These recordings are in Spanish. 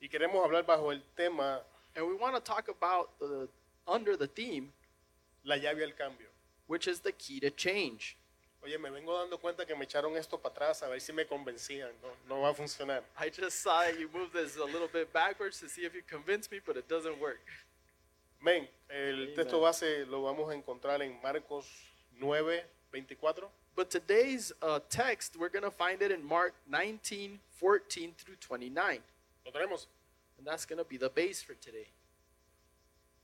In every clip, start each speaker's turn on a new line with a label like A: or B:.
A: Y queremos hablar bajo el tema
B: And we want to talk about the under the theme,
A: la llave al cambio.
B: which is the key to change.
A: Oye, me vengo dando cuenta que me echaron esto para atrás a ver si me convencían. No, no va a funcionar.
B: I just saw that you moved this a little bit backwards to see if you convince me, but it doesn't work.
A: Men, el texto base lo vamos a encontrar en Marcos 9, 24.
B: But today's uh, text, we're going to find it in Mark 19, 14 through 29.
A: ¿Lo tenemos?
B: And that's going to be the base for today.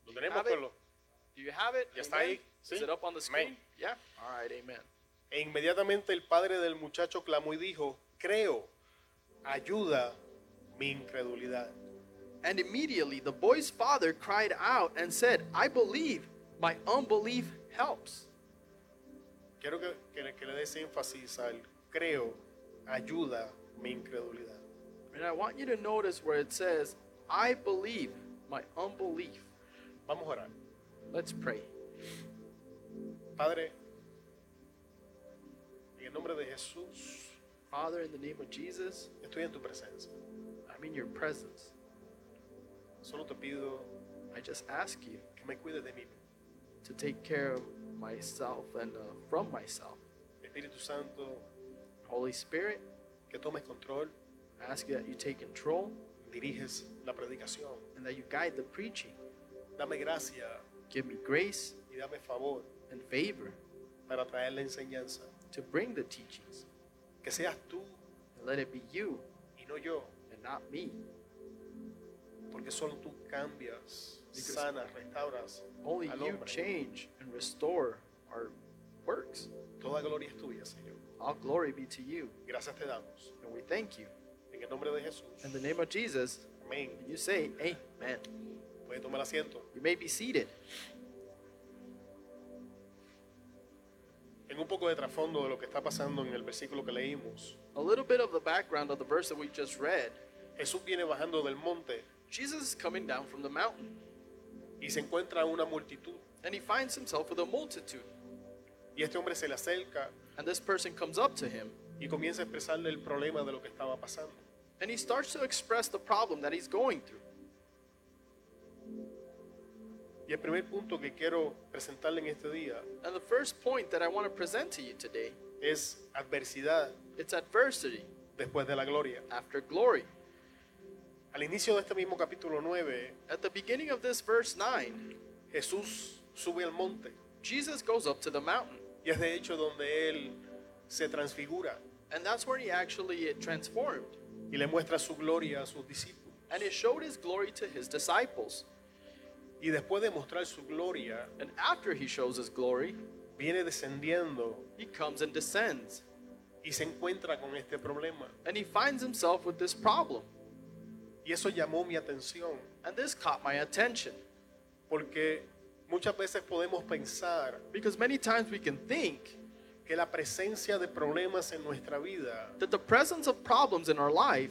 A: ¿Lo tenemos,
B: A ver.
A: pueblo?
B: Do you have it?
A: Ya está
B: Amen?
A: ahí.
B: Is
A: Sí.
B: it up on the screen?
A: Amen.
B: Yeah. All right, amen.
A: E inmediatamente el padre del muchacho clamó y dijo, creo, ayuda mi incredulidad.
B: And immediately the boy's father cried out and said, I believe, my unbelief helps.
A: Quiero que, que le- que le des énfasis al creo, ayuda mi incredulidad.
B: And I want you to notice where it says, I believe, my unbelief.
A: Vamos a orar.
B: Let's pray.
A: Padre, en el nombre de Jesús,
B: Father, in the name of Jesus,
A: estoy en tu presencia.
B: I'm in your presence.
A: Solo te pido
B: I just ask you
A: que me cuides de mí.
B: to take care of myself and uh, from myself.
A: Espíritu Santo,
B: Holy Spirit,
A: que tomes control,
B: I ask you that you take control
A: diriges la predicación.
B: and that you guide the preaching.
A: Dame gracia
B: Give me grace
A: y dame favor
B: and favor
A: para traer la enseñanza.
B: to bring the teachings.
A: Que seas tú
B: And let it be you
A: y no yo,
B: and not me.
A: porque solo tú cambias,
B: Because-
A: sanas, restauras
B: Only
A: al
B: Oh, you
A: hombre.
B: change and restore our works.
A: Toda gloria es tuya, Señor.
B: All glory be to you.
A: Gracias te damos.
B: And we thank you.
A: En el nombre de Jesús.
B: In the name of Jesus,
A: Amén.
B: and you say, Amen.
A: Puede tomar asiento.
B: You may be seated.
A: En un poco de trasfondo de lo que está pasando en el versículo que leímos,
B: A little bit of the background of the verse that we just read
A: Jesús viene bajando del monte
B: Jesus is coming down from the mountain,
A: y se encuentra una multitud.
B: and he finds himself with a multitude.
A: Y este hombre se le acerca
B: And this person comes up to him,
A: y comienza a expresarle el problema de lo que estaba pasando.
B: and he starts to express the problem that he's going through.
A: Y el primer punto que quiero presentarle en este día
B: And the first point that I want to present to you today
A: es adversidad
B: it's adversity
A: después de la gloria.
B: after glory.
A: Al inicio de este mismo capítulo 9,
B: At the beginning of this verse 9,
A: Jesús sube al monte
B: Jesus goes up to the mountain,
A: y es de hecho donde él se transfigura
B: and that's where he actually transformed.
A: y le muestra su gloria a sus discípulos.
B: And he showed his glory to his disciples.
A: Y después de mostrar su gloria,
B: And after he shows his glory,
A: viene descendiendo
B: he comes and descends,
A: y se encuentra con este problema.
B: and he finds himself with this problem.
A: Y eso llamó mi atención,
B: And this caught my attention.
A: porque muchas veces podemos pensar
B: Because many times we can think
A: que la presencia de problemas en nuestra vida
B: that the presence of problems in our life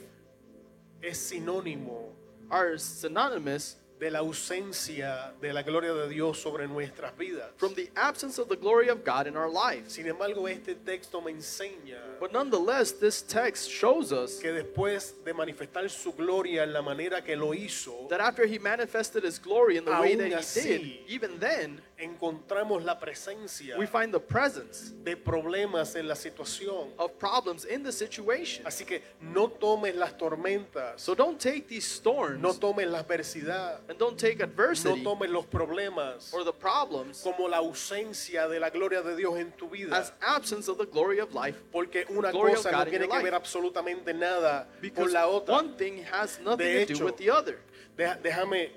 A: es sinónimo
B: are synonymous
A: de la ausencia de la gloria de Dios sobre nuestras vidas.
B: from the absence of the glory of God in our lives.
A: Sin embargo, este texto me enseña
B: But nonetheless, this text shows us
A: que después de manifestar su gloria en la manera que lo hizo,
B: that after he manifested his glory in the way that
A: Aún
B: he did,
A: así,
B: even then,
A: encontramos la presencia
B: we find the presence
A: de problemas en la situación.
B: of problems in the situation.
A: Así que no tomes las tormentas,
B: So don't take these
A: no
B: storms
A: tomes la adversidad,
B: and don't take
A: no
B: adversity
A: tomes los problemas
B: or the problems
A: como la ausencia de la gloria de Dios en tu
B: as
A: vida.
B: absence of the glory of life.
A: Porque una
B: glory of
A: cosa
B: God
A: no
B: in
A: tiene
B: your
A: que
B: life.
A: ver absolutamente nada con
B: Because
A: la otra.
B: one thing has nothing
A: De
B: to
A: hecho,
B: do with the other.
A: Deja- déjame,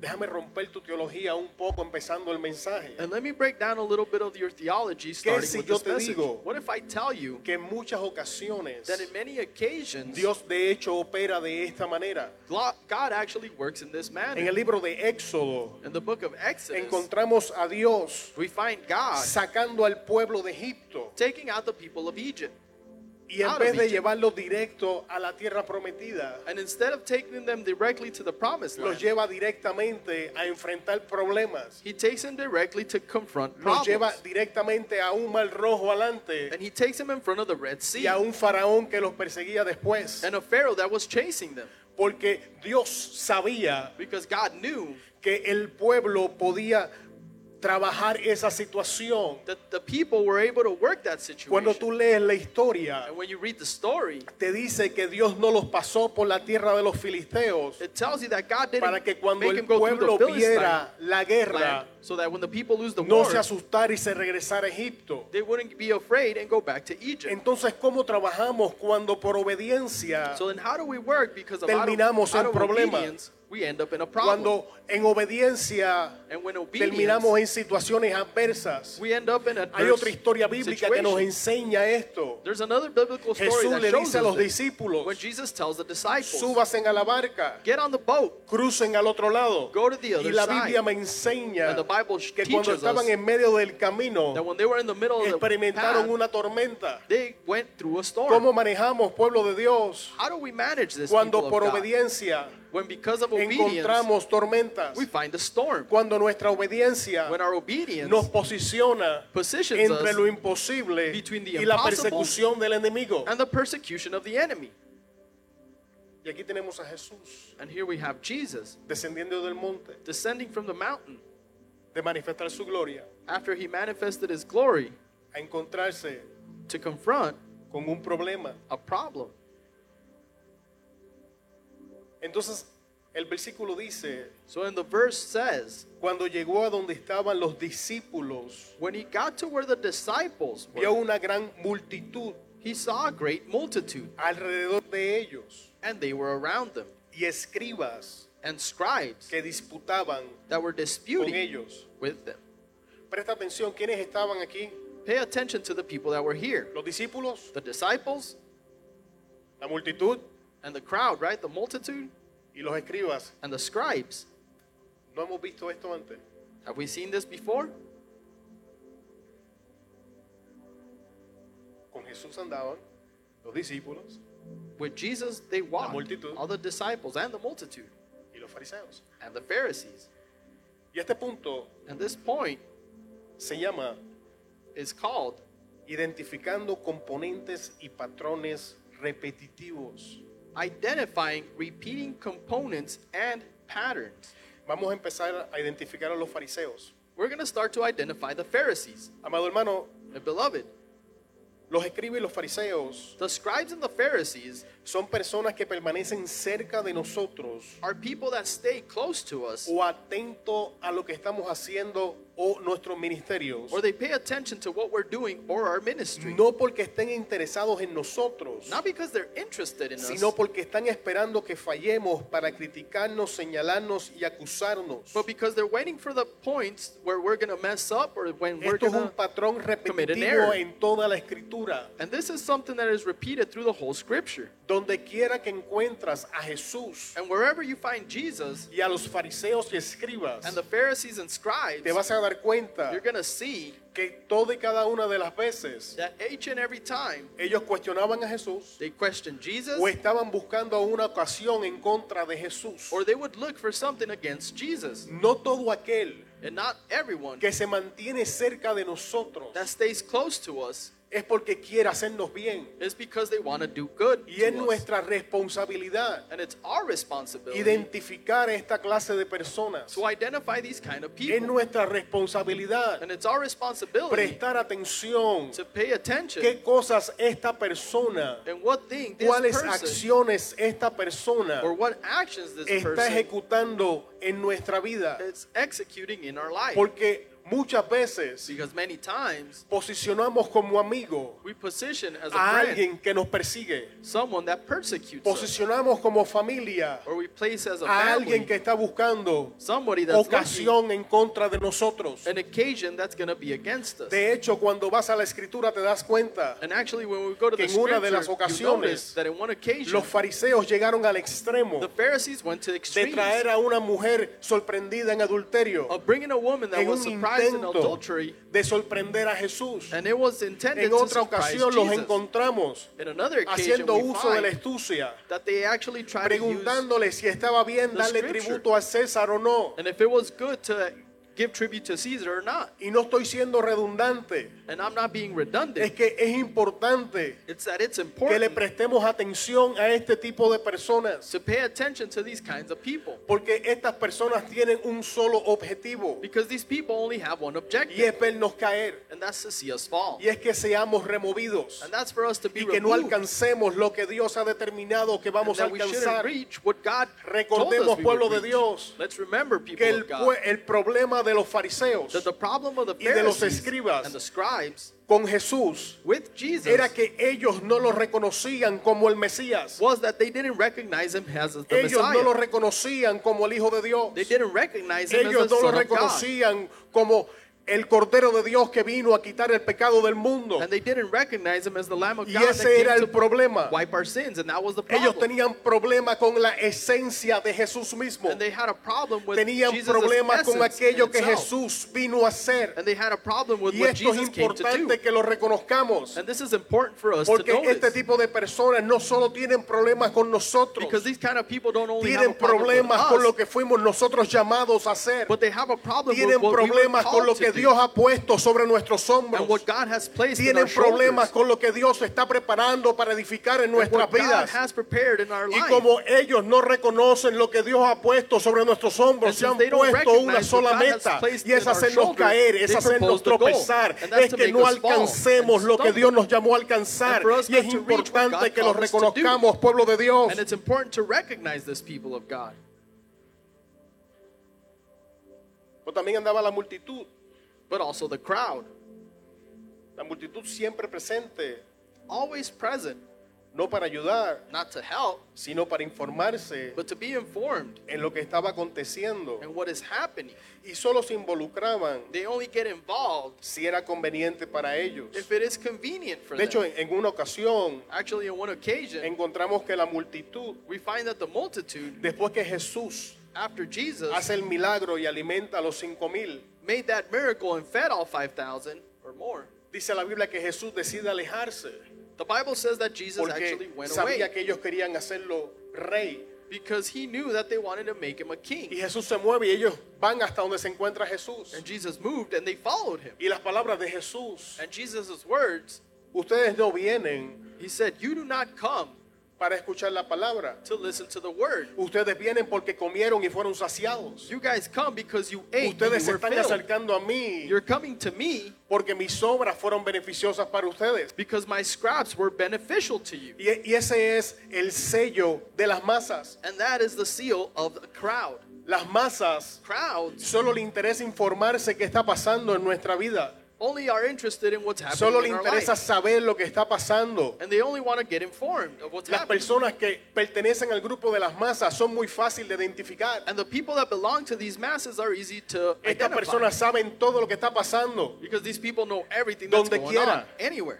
A: déjame romper tu teología un poco empezando el mensaje.
B: And let me break down a little bit of your theology starting
A: si
B: with
A: yo
B: this
A: te
B: message.
A: digo
B: what if I tell you
A: Que en muchas ocasiones
B: that in many occasions
A: Dios de hecho opera de esta manera.
B: Glo- God actually works in this manner?
A: En el libro de Éxodo
B: in the book of Exodus,
A: encontramos a Dios
B: we find God
A: sacando al pueblo de Egipto.
B: taking out the people of Egypt.
A: Y en
B: out of
A: vez de
B: Egypt.
A: llevarlo directo a la tierra prometida,
B: And instead of taking them directly to the promised
A: los
B: land,
A: lleva directamente a enfrentar problemas.
B: he takes them directly to confront
A: Los lleva
B: problems.
A: directamente a un mal rojo adelante
B: And he takes them in front of the Red Sea
A: y a un faraón que los perseguía después.
B: and a Pharaoh that was chasing them
A: Porque Dios sabía
B: because God knew
A: que el pueblo podía trabajar esa situación.
B: that the people were able to work that
A: Cuando
B: situation.
A: tú lees la historia,
B: And when you read the story,
A: te dice que Dios no los pasó por la tierra de los filisteos
B: it tells you that God didn't
A: para que cuando el
B: make him go through
A: pueblo
B: the Philistine
A: viera la
B: land
A: guerra,
B: so that when the people lose the
A: no
B: war,
A: se asustara y se regresara a Egipto.
B: they wouldn't be afraid and go back to Egypt.
A: Entonces, ¿cómo trabajamos cuando por obediencia,
B: So then how do we work? Because of out of,
A: Terminamos en
B: out of
A: problema.
B: obedience, we end up in a problem.
A: cuando en obediencia
B: and when obedience,
A: terminamos en situaciones adversas?
B: we end up in a
A: Hay otra historia bíblica que nos enseña esto.
B: There's another biblical story
A: Jesús
B: that
A: le
B: shows
A: dice a
B: us
A: los
B: this.
A: discípulos,
B: when Jesus tells the disciples,
A: súbasen a la barca,
B: get on the boat.
A: crucen al otro lado.
B: Go to the
A: Y
B: other
A: la
B: side.
A: Biblia me enseña
B: And the Bible
A: que
B: teaches
A: cuando estaban
B: us
A: en medio del camino,
B: that when they were in the middle of the path,
A: experimentaron una tormenta.
B: they went through a storm.
A: ¿Cómo manejamos, pueblo de Dios,
B: How do we manage this
A: cuando
B: people
A: por
B: of God?
A: obediencia
B: When because of obedience,
A: encontramos tormentas?
B: we find a storm.
A: Cuando nuestra obediencia
B: When our obedience
A: nos posiciona
B: positions
A: entre
B: us
A: lo imposible
B: between the
A: y la
B: impossible
A: persecución del enemigo.
B: and the persecution of the enemy.
A: Y aquí tenemos a Jesús
B: And here we have Jesus
A: descendiendo del monte
B: descending from the mountain
A: de manifestar su gloria
B: after he manifested his glory
A: a encontrarse
B: to confront
A: con un problema.
B: a problem.
A: Entonces, el versículo dice,
B: So in the verse says,
A: cuando llegó a donde estaban los discípulos,
B: when he got to where the disciples
A: vio
B: were,
A: una gran multitud
B: he saw a great multitude,
A: alrededor de ellos
B: and they were around them,
A: y escribas
B: and scribes
A: que disputaban
B: that were
A: con
B: disputing
A: ellos.
B: with them.
A: Presta atención, ¿quiénes estaban aquí?
B: Pay attention to the people that were here.
A: Los discípulos,
B: The disciples
A: la multitud
B: and the crowd, right? The multitude
A: y los escribas.
B: and the scribes.
A: No hemos visto esto antes.
B: Have we seen this before?
A: Con Jesús andaban los discípulos
B: With Jesus, they walked.
A: multitud.
B: All the disciples and the multitude
A: y los fariseos.
B: and the Pharisees.
A: Y este punto
B: And this point
A: se llama
B: is called
A: identificando componentes y patrones repetitivos.
B: identifying repeating components and patterns.
A: Vamos a empezar a identificar a los fariseos.
B: We're going to start to identify the Pharisees.
A: Amado hermano,
B: And beloved,
A: los escribas y los fariseos
B: the scribes and the Pharisees
A: son personas que permanecen cerca de nosotros
B: are people that stay close to us
A: o atento a lo que estamos haciendo o nuestros ministerios.
B: or they pay attention to what we're doing or our ministry.
A: No porque estén interesados en nosotros,
B: Not because they're interested in us,
A: sino porque están esperando que fallemos para criticarnos, señalarnos y acusarnos.
B: but because they're waiting for the points where we're going to mess up or when we're
A: Esto es
B: going
A: un
B: to.
A: patrón
B: commit an
A: repetitivo
B: error.
A: en toda la escritura.
B: And this is something that is repeated through the whole scripture.
A: Donde quiera que encuentras a Jesús
B: And wherever you find Jesus
A: y a los fariseos y escribas,
B: and the Pharisees and scribes,
A: te vas a dar cuenta
B: you're going to see
A: que toda y cada una de las veces
B: that each and every time
A: ellos cuestionaban a Jesús
B: they question Jesus
A: o estaban buscando una ocasión en contra de Jesús.
B: or they would look for something against Jesus.
A: No todo aquel
B: And not everyone
A: que se mantiene cerca de nosotros
B: that stays close to us
A: es porque quiere hacernos bien.
B: is because they want to do good.
A: Y es
B: to us.
A: nuestra responsabilidad
B: And it's our responsibility
A: identificar a esta clase de personas.
B: to identify these kind of
A: Es
B: people.
A: nuestra responsabilidad
B: And it's our responsibility
A: prestar atención.
B: to pay attention
A: ¿Qué cosas esta persona,
B: and what thing this
A: cuáles
B: person
A: acciones esta persona
B: or what actions this
A: está
B: person
A: ejecutando en nuestra vida?
B: is executing in our life.
A: Porque muchas veces
B: Because many times
A: posicionamos como amigo
B: we position as a
A: a
B: friend
A: alguien que nos persigue.
B: someone that persecutes us,
A: Posicionamos como familia
B: or we place as a
A: a alguien que
B: family
A: está buscando
B: somebody that's looking
A: ocasión en contra de nosotros.
B: an occasion that's going to be against us.
A: De hecho, cuando vas a la escritura te das cuenta
B: And actually, when we go to
A: que
B: the
A: en una
B: scripture,
A: de las
B: you notice
A: ocasiones,
B: that in one occasion,
A: Los fariseos llegaron al extremo
B: the Pharisees went to
A: de
B: extremes
A: traer a una mujer sorprendida en adulterio
B: of bringing a woman that
A: en
B: was
A: un
B: crimes and
A: intento
B: adultery,
A: de sorprender a Jesús.
B: and it was intended
A: En
B: to
A: otra
B: surprise
A: ocasión los
B: Jesus.
A: encontramos
B: In another occasion,
A: haciendo
B: we
A: uso de
B: find
A: la astucia,
B: that they actually tried to use,
A: preguntándole si estaba bien
B: the
A: darle
B: scripture.
A: tributo a César o no.
B: and if it was good to give tribute to Caesar or not.
A: Y no estoy siendo redundante,
B: And I'm not being
A: es
B: redundant.
A: que es importante
B: It's that it's
A: que le
B: important
A: prestemos atención a este tipo de personas,
B: to pay attention to these kinds of people
A: porque estas personas tienen un solo objetivo
B: because these people only have one
A: y es
B: objective,
A: vernos caer,
B: and that's to see us fall.
A: y es que seamos removidos
B: And that's for us to be
A: y que no
B: removed.
A: alcancemos lo que Dios ha determinado que
B: and
A: vamos a
B: that we shouldn't
A: alcanzar.
B: reach what God told
A: Recordemos,
B: us we would
A: pueblo de
B: reach.
A: Dios,
B: Let's remember, people
A: Que el,
B: of God,
A: pue- el problema de los fariseos
B: that the problem of the
A: y de los
B: Pharisees
A: escribas
B: and the scribes
A: con Jesús
B: with Jesus
A: era que ellos no lo reconocían como el Mesías.
B: was that they didn't recognize him as the
A: Ellos
B: Messiah.
A: no lo reconocían como el Hijo de Dios.
B: they didn't recognize him
A: Ellos
B: as the
A: no lo
B: Son of God.
A: reconocían como el Cordero de Dios que vino a quitar el pecado del mundo.
B: And they didn't recognize him as the Lamb of
A: Y
B: God that
A: ese
B: came
A: era el
B: to
A: problema.
B: wipe our sins, and that was the problem.
A: Ellos tenían problema con la esencia de Jesús mismo.
B: and they had a problem with
A: Tenían
B: Jesus'
A: problemas con
B: essence
A: aquello
B: in
A: que
B: itself.
A: Jesús vino a hacer.
B: And they had a problem with
A: Y
B: what
A: esto es
B: Jesus came to do.
A: importante que lo reconozcamos.
B: And this is important for us to
A: Porque
B: notice.
A: este tipo de personas no solo tienen problemas con nosotros,
B: because these kind of people don't only have a
A: tienen
B: problem
A: problemas
B: with
A: con
B: us,
A: lo que fuimos nosotros llamados a hacer,
B: but they have a problem
A: tienen
B: with what we were
A: problemas con lo
B: called
A: que
B: to
A: Dios
B: do
A: ha puesto sobre nuestros hombros,
B: and what God has placed in
A: tienen
B: our
A: problemas
B: shoulders
A: con lo que Dios está preparando para edificar en
B: and
A: nuestras
B: what God
A: vidas.
B: has prepared in our
A: Y
B: life.
A: como ellos no reconocen lo que Dios ha puesto sobre nuestros hombros,
B: And
A: se han
B: since they don't
A: puesto una
B: recognize
A: sola
B: what God has
A: meta
B: placed
A: y es
B: in our
A: hacernos
B: shoulders,
A: caer, es
B: they
A: hacernos
B: propose the goal.
A: tropezar,
B: And that's
A: es
B: to
A: que
B: make
A: no
B: us fall
A: alcancemos
B: and
A: lo que
B: stumble.
A: Dios nos llamó a
B: And
A: alcanzar
B: for us
A: y es
B: not to reach what
A: importante
B: God
A: que lo
B: called us to do.
A: reconozcamos, pueblo de Dios.
B: And it's important to recognize this people of God.
A: Pero también andaba la multitud,
B: But also the crowd,
A: la multitud siempre presente,
B: always present,
A: no para ayudar,
B: not to help,
A: sino para informarse
B: but to be informed
A: en lo que estaba aconteciendo
B: and what is happening.
A: y solo se involucraban
B: They only get involved
A: si era conveniente para ellos.
B: if it is convenient for
A: De hecho,
B: them.
A: en- en una ocasión
B: Actually, on one occasion,
A: encontramos que la multitud,
B: we find that the multitude,
A: después que Jesús
B: after Jesus
A: hace el milagro y alimenta a los cinco mil,
B: made that miracle and fed all 5,000 or more,
A: dice la Biblia que Jesús decide alejarse
B: the Bible says that Jesus actually
A: porque
B: went
A: sabía
B: away
A: que ellos querían hacerlo rey.
B: because he knew that they wanted to make him a
A: Y
B: king.
A: Jesús se mueve y ellos van hasta donde se encuentra Jesús.
B: And Jesus moved and they followed him.
A: Y las palabras de Jesús,
B: And Jesus' words,
A: ustedes no vienen
B: he said, You do not come
A: para escuchar la palabra.
B: to listen to the word.
A: Ustedes vienen porque comieron y fueron saciados.
B: You guys come because you ate and
A: Ustedes
B: you
A: se
B: were
A: están
B: filled.
A: acercando a mí
B: You're coming to me
A: porque mis obras fueron beneficiosas para ustedes.
B: because my scraps were beneficial to you.
A: Y, y ese es el sello de las masas.
B: And that is the seal of the crowd.
A: Las masas
B: Crowds
A: solo le interesa informarse qué está pasando en nuestra vida.
B: only are interested in what's happening
A: Solo le
B: in our
A: interesa
B: life.
A: saber lo que está pasando.
B: And they only want to get informed of what's
A: Las
B: happening.
A: personas que pertenecen al grupo de las masas son muy fáciles de identificar.
B: And the people that belong to these masses are easy to
A: Estas
B: identify.
A: personas saben todo lo que está pasando.
B: because these people know everything that's
A: Donde
B: going
A: quiera.
B: on anywhere.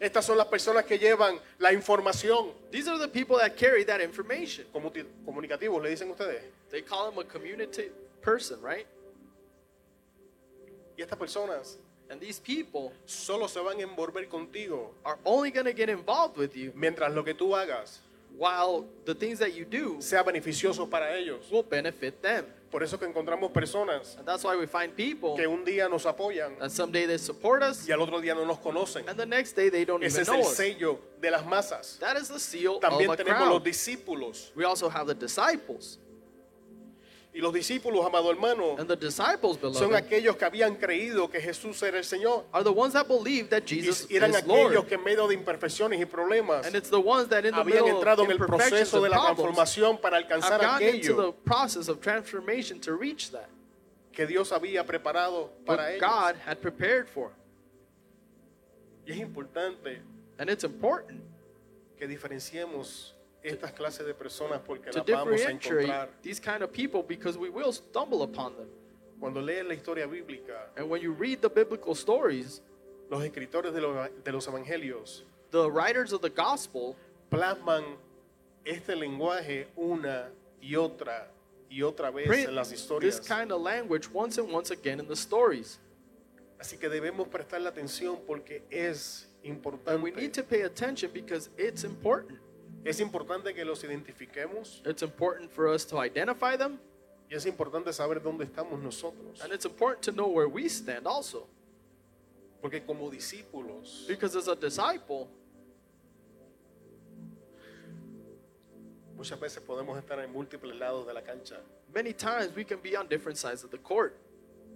A: Estas son las personas que llevan la información.
B: These are the people that carry that information.
A: Comuti- Comunicativos, le dicen ustedes.
B: They call them a community person, right?
A: Y estas personas
B: And these people
A: solo se van a envolver contigo
B: are only going to get involved with you
A: mientras lo que tú hagas
B: while the things that you do
A: sea beneficioso para ellos.
B: will benefit them.
A: Por eso que encontramos personas
B: And that's why we find people
A: que un día nos apoyan
B: that someday they support us
A: y al otro día no nos conocen.
B: and the next day they don't
A: Ese
B: even
A: es
B: know
A: el
B: us.
A: sello de las masas.
B: That is the seal
A: También
B: of a
A: tenemos los
B: crowd.
A: discípulos.
B: We also have the disciples.
A: Y los discípulos, amado hermano,
B: And the disciples,
A: son
B: beloved,
A: aquellos que habían creído que Jesús era el Señor.
B: are the ones that believe that Jesus
A: Y eran
B: is Lord.
A: aquellos que en medio de imperfecciones y problemas
B: And it's the ones that in the
A: habían
B: middle of
A: entrado en el
B: imperfections
A: proceso
B: and
A: de la
B: problems
A: transformación para
B: have
A: alcanzar
B: gotten into the
A: aquello
B: process of transformation to reach that.
A: que Dios había preparado para
B: What
A: ellos.
B: God had prepared for. 'em.
A: Y es importante
B: And it's important
A: que diferenciemos estas clases de personas porque
B: to
A: las vamos a encontrar.
B: differentiate these kind of people because we will stumble upon them.
A: Cuando lees la historia bíblica,
B: And when you read the biblical stories,
A: los escritores de los, de los evangelios
B: the writers of the gospel
A: plasman este lenguaje una y otra y otra vez
B: print
A: en las
B: this
A: historias.
B: kind of language once and once again in the stories.
A: Así que debemos prestarle atención porque es
B: And we need
A: importante.
B: to pay attention because it's important.
A: Es importante que los identifiquemos
B: It's important for us to identify them,
A: y es importante saber dónde estamos nosotros.
B: and it's important to know where we stand also.
A: Porque como discípulos
B: Because as a disciple,
A: muchas veces podemos estar en múltiples lados de la cancha,
B: many times we can be on different sides of the court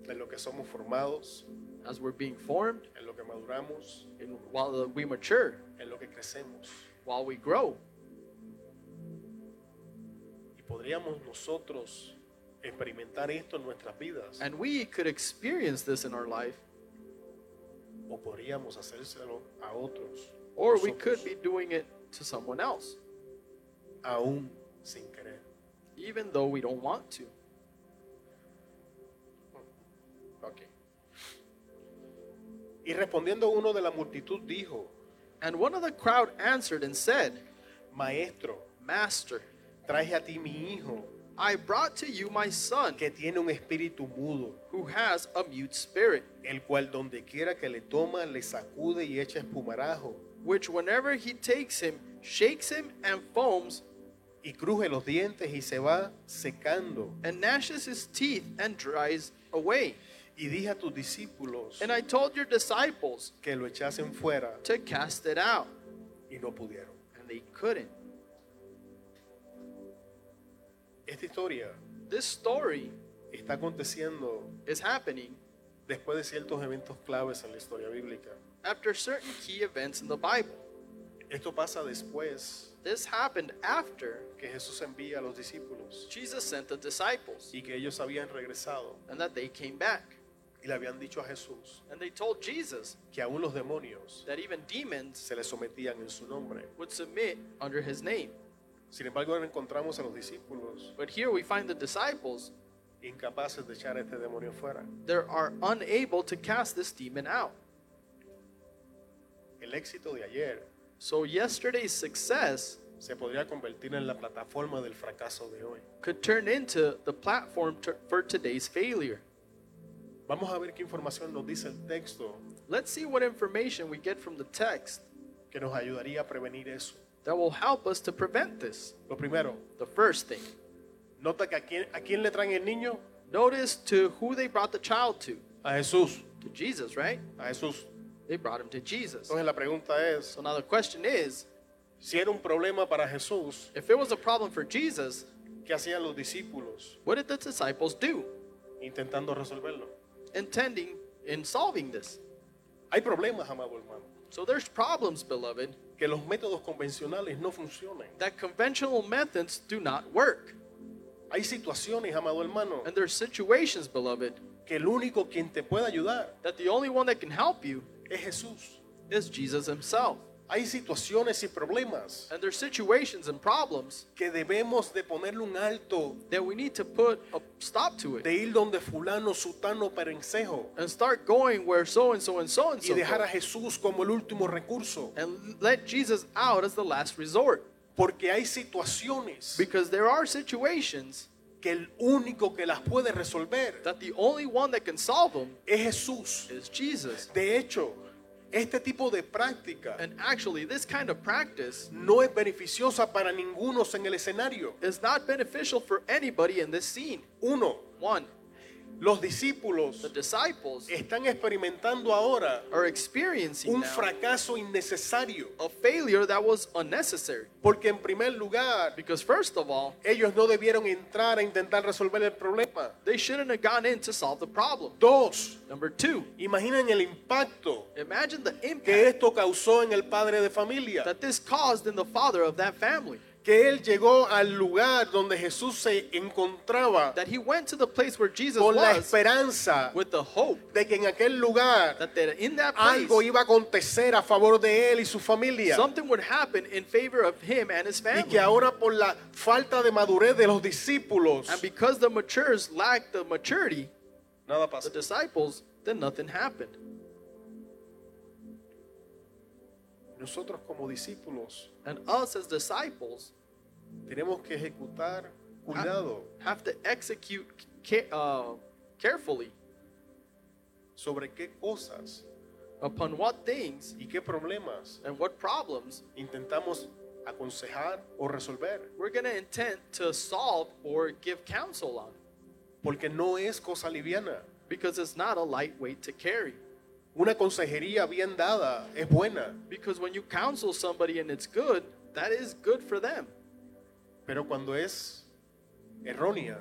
A: en lo que somos formados,
B: as we're being formed,
A: en lo que maduramos,
B: and while we mature,
A: en lo que crecemos.
B: while we grow.
A: Y podríamos nosotros experimentar esto en nuestras vidas
B: And we could experience this in our life,
A: o podríamos hacérselo a otros.
B: or we
A: nosotros,
B: could be doing it to someone else,
A: aún sin querer.
B: even though we don't want to.
A: Ok. Y respondiendo uno de la multitud dijo,
B: And one of the crowd answered and said,
A: Maestro,
B: Master,
A: traje a ti mi hijo,
B: I brought to you my son
A: que tiene un espíritu mudo,
B: who has a mute spirit,
A: el cual donde quiera que le toma, le sacude y echa espumarajo,
B: which whenever he takes him, shakes him and foams
A: y cruje los dientes y se va secando.
B: and gnashes his teeth and dries away.
A: Y dije a tus discípulos
B: And I told your disciples
A: que lo echasen fuera
B: to cast it out,
A: y no pudieron.
B: and they couldn't.
A: Esta historia
B: This story
A: está aconteciendo
B: is happening
A: después de ciertos eventos claves en la historia bíblica.
B: after certain key events in the Bible.
A: Esto pasa después
B: This happened after
A: que Jesús envía a los discípulos
B: Jesus sent the disciples
A: y que ellos habían regresado
B: and that they came back.
A: y le habían dicho a Jesús
B: And they told Jesus
A: que aún los demonios
B: that even demons
A: se le sometían en su nombre.
B: would submit under his name.
A: Sin embargo, ahora encontramos a los discípulos
B: But here we find the disciples,
A: incapaces de echar a este demonio fuera.
B: they are unable to cast this demon out.
A: El éxito de ayer
B: So yesterday's success
A: se podría convertir en la plataforma del fracaso de hoy.
B: could turn into the platform to, for today's failure.
A: Vamos a ver qué información nos dice el texto
B: Let's see what information we get from the text
A: que nos ayudaría a prevenir eso.
B: that will help us to prevent this.
A: Lo primero,
B: The first thing,
A: nota que a quién, a quién le traen el niño.
B: notice to who they brought the child to.
A: A Jesús.
B: To Jesus, right?
A: A Jesús.
B: They brought him to Jesus.
A: Entonces la pregunta es,
B: So now the question is
A: si era un problema para Jesús,
B: if it was a problem for Jesus,
A: ¿qué hacían los discípulos
B: what did the disciples do
A: intentando resolverlo?
B: intending in solving this?
A: Hay problemas, amado hermano,
B: So there's problems, beloved,
A: que los métodos convencionales no funcionan.
B: that conventional methods do not work.
A: Hay situaciones, amado hermano,
B: And there's situations, beloved,
A: que el único quien te puede ayudar
B: that the only one that can help you
A: es Jesús.
B: is Jesus himself.
A: Hay situaciones y problemas
B: And there's situations and problems
A: que debemos de ponerle un alto,
B: that we need to put a stop to it
A: de ir donde fulano, sutano, perencejo
B: and start going where so and so and so and
A: y
B: so
A: dejar a Jesús como el último recurso.
B: and let Jesus out as the last resort
A: Porque hay situaciones
B: because there are situations
A: que el único que las puede resolver
B: that the only one that can solve them
A: es Jesús.
B: is Jesus.
A: De hecho, este tipo de práctica
B: And actually, this kind of practice
A: no es beneficiosa para ninguno en el escenario.
B: is not beneficial for anybody in this scene.
A: Uno,
B: One,
A: los
B: the
A: discípulos
B: disciples
A: están experimentando ahora
B: are experiencing
A: un
B: now
A: fracaso innecesario.
B: a failure that was unnecessary
A: Porque en primer lugar,
B: because, first of all,
A: ellos no debieron entrar a intentar resolver el problema.
B: they shouldn't have gone in to solve the problem.
A: Dos,
B: Number two,
A: imaginen el impacto
B: imagine the
A: que
B: impact
A: esto causó en el padre de familia.
B: that this caused in the father of that family.
A: que él llegó al lugar donde Jesús se encontraba
B: That he went to the place where Jesus
A: con la
B: was
A: esperanza
B: with the hope
A: de que en aquel lugar
B: that there- in that
A: algo
B: place
A: iba a acontecer a favor de él y su familia
B: something would happen in favor of him and his
A: y
B: family.
A: que ahora por la falta de madurez de los discípulos
B: And because the matures lacked the maturity,
A: nada
B: the
A: pasa.
B: disciples, then nothing happened.
A: Nosotros como discípulos
B: And us as disciples
A: tenemos que ejecutar cuidado
B: have to execute ca- uh, carefully
A: sobre qué cosas
B: upon what things
A: y qué problemas
B: and what problems
A: intentamos aconsejar o resolver.
B: we're going to intend to solve or give counsel on.
A: Porque no es cosa liviana.
B: Because it's not a lightweight to carry.
A: Una consejería bien dada es buena,
B: Because when you counsel somebody and it's good, that is good for them.
A: pero cuando es errónea,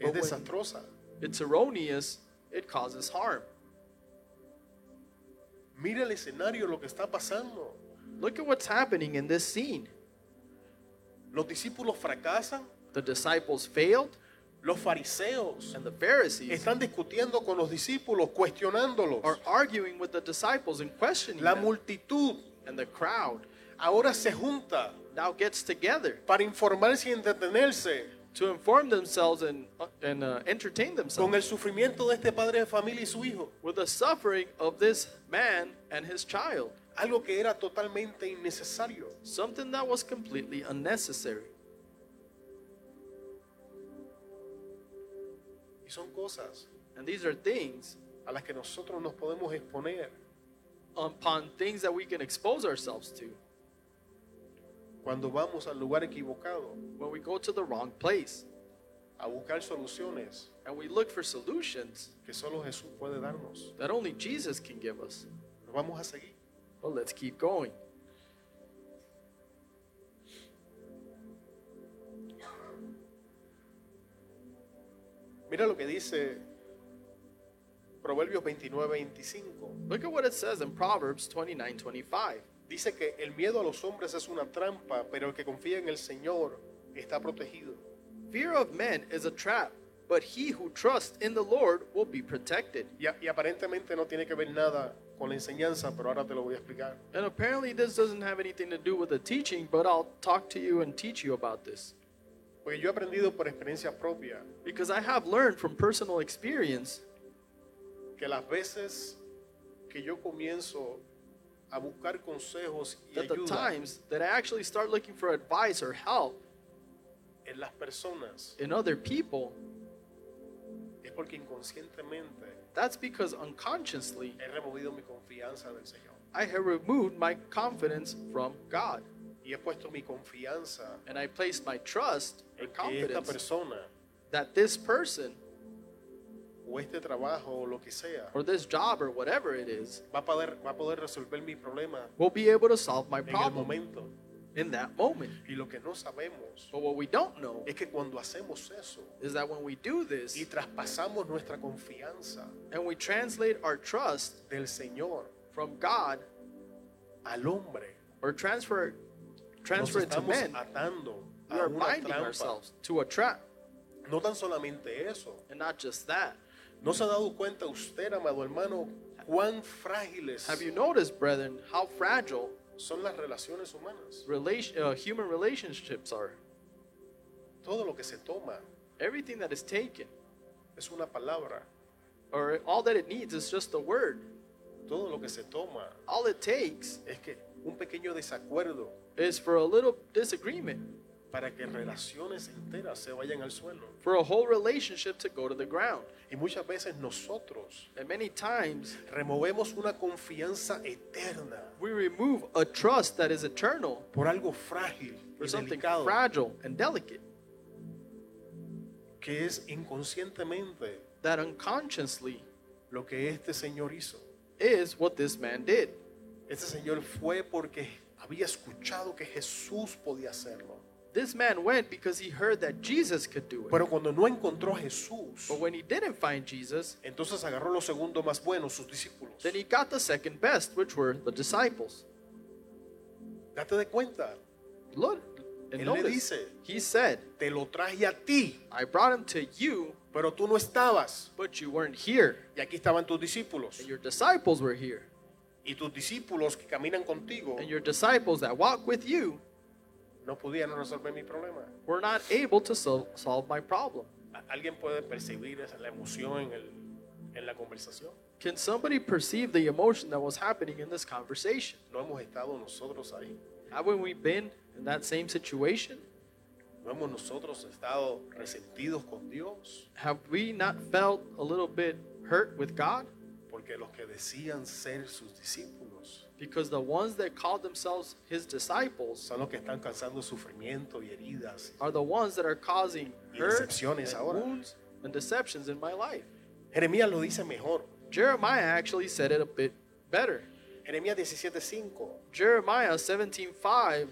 A: es
B: But when-
A: desastrosa.
B: It's erroneous, it causes harm.
A: Mira el escenario, lo que está pasando.
B: Look at what's happening in this scene.
A: Los discípulos fracasan,
B: The disciples failed,
A: los fariseos
B: and the Pharisees
A: están discutiendo con los discípulos, cuestionándolos.
B: are arguing with the disciples and questioning
A: La
B: them.
A: multitud
B: And the crowd
A: ahora se junta
B: now gets together
A: para informarse y entretenerse
B: to inform themselves and, and uh, entertain
A: con
B: themselves
A: el sufrimiento de este padre de familia y su hijo.
B: with the suffering of this man and his child,
A: Algo que era totalmente innecesario.
B: something that was completely unnecessary.
A: Y son cosas
B: And these are things
A: a las que nosotros nos podemos exponer
B: upon things that we can expose ourselves to
A: cuando vamos al lugar equivocado
B: when we go to the wrong place
A: a buscar soluciones
B: and we look for solutions
A: que solo Jesús puede darnos.
B: that only Jesus can give us.
A: Nos vamos a seguir.
B: But let's keep going.
A: Mira lo que dice Proverbios 29, 25.
B: Look at what it says in Proverbs 29 25.
A: Dice que el miedo a los hombres es una trampa, pero el que confía en el Señor está protegido.
B: Fear of men is a trap, but he who trusts in the Lord will be protected.
A: Y, a- y aparentemente no tiene que ver nada con la enseñanza, pero ahora te lo voy a explicar.
B: And apparently, this doesn't have anything to do with the teaching, but I'll talk to you and teach you about this.
A: Porque yo he aprendido por experiencia propia
B: Because I have learned from personal experience
A: que las veces que yo comienzo a buscar consejos y
B: that the
A: ayuda
B: times that I actually start looking for advice or help
A: en las personas
B: in other people,
A: es porque inconscientemente
B: that's because unconsciously
A: he removido mi confianza del Señor
B: I have removed my confidence from God.
A: y he puesto mi confianza
B: And I placed my trust or
A: en que esta
B: confidence
A: persona
B: that this person
A: o este trabajo o lo que sea
B: or this job or whatever it is
A: va a poder, va a poder resolver mi problema
B: will be able to solve my
A: en el
B: problem
A: momento.
B: in that moment.
A: Y lo que no sabemos
B: But what we don't know
A: es que cuando hacemos eso
B: is that when we do this
A: y traspasamos nuestra confianza
B: and we translate our trust
A: del Señor
B: from God
A: al hombre,
B: or transfer
A: nos
B: transfer it to
A: estamos
B: men,
A: atando
B: we
A: a
B: are
A: una
B: binding
A: trampa.
B: ourselves to a trap.
A: No tan solamente eso.
B: And not just that.
A: ¿No se ha dado cuenta usted, amado hermano, cuán frágiles
B: Have you noticed, brethren, how fragile
A: son las relaciones humanas?
B: relation, uh, human relationships are?
A: Todo lo que se toma
B: Everything that is taken,
A: es una palabra.
B: or all that it needs, is just a word.
A: Todo lo que se toma
B: All it takes
A: es que un pequeño desacuerdo
B: is for a little disagreement,
A: para que relaciones enteras se vayan al suelo.
B: for a whole relationship to go to the ground.
A: Y muchas veces nosotros
B: And many times,
A: removemos una confianza eterna
B: we remove a trust that is eternal
A: por algo frágil
B: for
A: y
B: something
A: delicado
B: fragile and delicate
A: que es inconscientemente
B: that unconsciously
A: lo que este señor hizo.
B: is what this man did.
A: Este señor fue porque había escuchado que Jesús podía hacerlo.
B: This man went because he heard that Jesus could do it.
A: Pero cuando no encontró a Jesús,
B: But when he didn't find Jesus,
A: entonces agarró lo segundo más bueno, sus discípulos.
B: then he got the second best, which were the disciples.
A: Date de cuenta,
B: Look and
A: Él le
B: notice,
A: dice,
B: he said,
A: te lo traje a ti,
B: I brought him to you,
A: pero tú no estabas.
B: but you weren't here,
A: Y aquí estaban tus discípulos.
B: and your disciples were here.
A: Y tus discípulos que caminan contigo
B: and your disciples that walk with you
A: no pudieron resolver mi problema.
B: were not able to sol- solve my problem.
A: ¿A- ¿Alguien puede percibir esa- la emoción en, el- en la conversación?
B: Can somebody perceive the emotion that was happening in this conversation?
A: No hemos estado nosotros ahí.
B: Haven't we been in that same situation?
A: No hemos nosotros estado resentidos con Dios
B: Have we not felt a little bit hurt with God
A: porque los que decían ser sus discípulos
B: because the ones that call themselves his disciples
A: son los que están causando sufrimiento y heridas.
B: are the ones that are causing
A: Y
B: hurt
A: decepciones
B: and
A: ahora.
B: wounds and deceptions in my life.
A: Jeremías lo dice mejor.
B: Jeremiah actually said it a bit better.
A: Jeremías 17:5.
B: Jeremiah 17:5,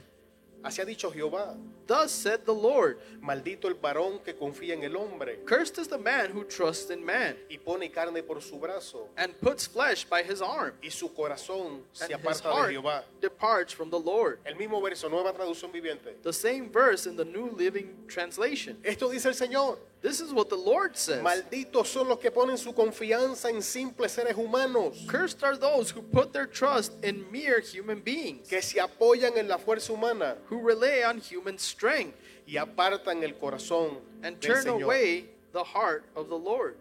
A: Así ha dicho Jehová,
B: thus said the Lord,
A: maldito el varón que confía en el hombre
B: cursed is the man who trusts in man
A: y pone carne por su brazo
B: and puts flesh by his arm,
A: y su corazón se
B: and his
A: aparta de
B: heart
A: Jehová.
B: departs from the Lord.
A: El mismo verso, nueva traducción viviente.
B: The same verse in the New Living Translation.
A: Esto dice el Señor.
B: This is what the Lord says.
A: Malditos son los que ponen su confianza en simples seres humanos,
B: Cursed are those who put their trust in mere human beings,
A: que se apoyan en la fuerza humana
B: who rely on human strength
A: y apartan el corazón
B: and
A: del
B: turn
A: Señor.
B: away the heart of the Lord.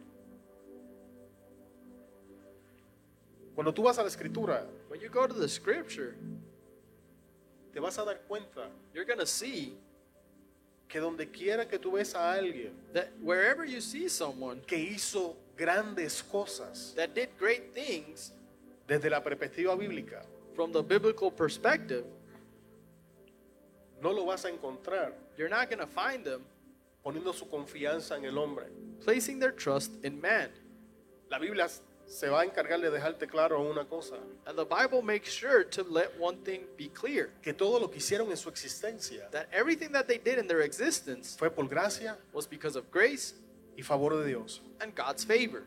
A: Cuando tú vas a la escritura,
B: When you go to the scripture,
A: te vas a dar cuenta
B: you're going to see
A: que donde quiera que tú ves a alguien
B: that wherever you see someone
A: que hizo grandes cosas
B: that did great things
A: desde la perspectiva bíblica,
B: from the biblical perspective,
A: no lo vas a encontrar
B: you're not going to find them
A: poniendo su confianza en el hombre.
B: placing their trust in man.
A: La Biblia se va a encargar de dejarte claro una cosa,
B: And the Bible makes sure to let one thing be clear
A: que todo lo que hicieron en su existencia
B: that everything that they did in their existence
A: fue por gracia
B: was because of grace
A: y favor de Dios.
B: and God's favor.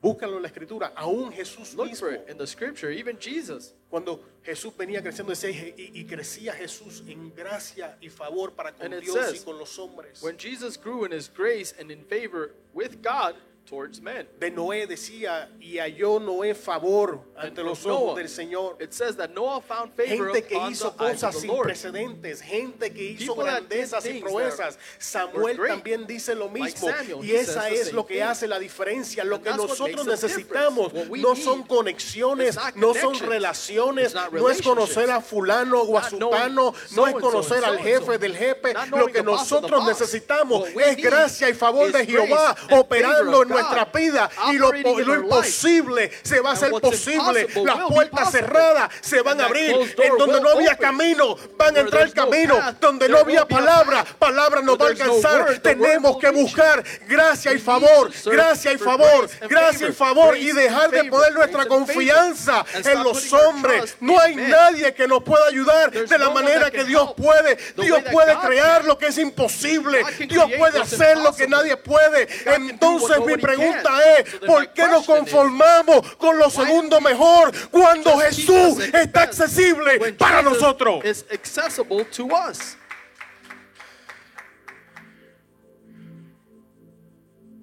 A: Búscalo en la escritura, aún Jesús
B: Look
A: mismo.
B: for it in the scripture, even Jesus.
A: Cuando Jesús venía creciendo decía, y, y crecía Jesús en gracia y favor para con
B: And it
A: Dios y
B: says,
A: con los hombres.
B: When Jesus grew in his grace and in favor with God towards men.
A: De Noé decía, y halló Noé favor ante
B: And
A: los
B: from
A: ojos
B: Noah,
A: del Señor.
B: It says that Noah found favor
A: Gente que
B: upon
A: hizo
B: the eyes
A: cosas
B: of the
A: sin
B: Lord.
A: precedentes, gente que hizo
B: People that did
A: grandezas y
B: things that
A: proezas. Samuel
B: great.
A: también dice lo
B: Like
A: mismo.
B: Samuel,
A: y
B: he says
A: esa
B: the
A: es
B: same
A: lo que
B: thing.
A: hace la diferencia. Lo
B: And
A: que
B: that's what
A: nosotros
B: makes the difference.
A: necesitamos
B: What we
A: no
B: need
A: son conexiones,
B: is not
A: no son
B: connections.
A: relaciones,
B: It's not
A: no es conocer
B: relationships.
A: a fulano o a
B: Not
A: sutano,
B: knowing
A: no es
B: so-and-so
A: conocer
B: and
A: al
B: so-and-so.
A: jefe del jefe.
B: Not
A: Lo
B: knowing
A: que
B: the boss of the
A: nosotros
B: boss.
A: necesitamos
B: What we
A: es
B: need
A: gracia y favor
B: is
A: de Jehová
B: grace and favor
A: operando
B: of
A: en nuestra
B: God,
A: vida. Y lo,
B: operating in
A: lo
B: our life.
A: imposible se va a
B: And
A: hacer
B: what's
A: posible.
B: impossible
A: Las
B: will be
A: puertas
B: possible.
A: cerradas se van
B: And
A: a
B: that
A: abrir.
B: closed
A: En
B: door
A: donde
B: will
A: no había
B: open.
A: camino, van a
B: Where
A: entrar
B: there's no
A: camino.
B: path,
A: Donde
B: there
A: no
B: will
A: había
B: be a
A: palabra,
B: path.
A: palabra nos va a
B: Where there's no
A: alcanzar.
B: word, the word
A: Tenemos
B: will
A: que
B: reach you.
A: buscar gracia y
B: We need
A: favor,
B: to search
A: gracia y
B: for
A: favor,
B: grace and
A: gracia y
B: favor,
A: favor.
B: grace
A: Y
B: and
A: dejar de
B: favor,
A: poner nuestra
B: grace and favor.
A: confianza
B: And
A: en
B: stop
A: los
B: putting our
A: hombres.
B: trust
A: No
B: in
A: hay
B: men.
A: nadie que nos pueda ayudar
B: There's
A: de la
B: no one
A: manera
B: that
A: que
B: can
A: Dios
B: help
A: puede.
B: the
A: Dios
B: way that
A: puede
B: God
A: crear
B: can.
A: lo que es imposible.
B: God can
A: Dios
B: create
A: puede
B: what's
A: hacer lo que
B: impossible.
A: nadie puede.
B: God can do
A: Entonces mi
B: what
A: pregunta es,
B: nobody can. So then my
A: ¿por qué nos
B: question is,
A: conformamos con lo
B: why
A: segundo
B: do we
A: mejor cuando
B: just keep us
A: Jesús
B: at the
A: está
B: best
A: accesible
B: when
A: para
B: Jesus
A: nosotros?
B: is accessible to us.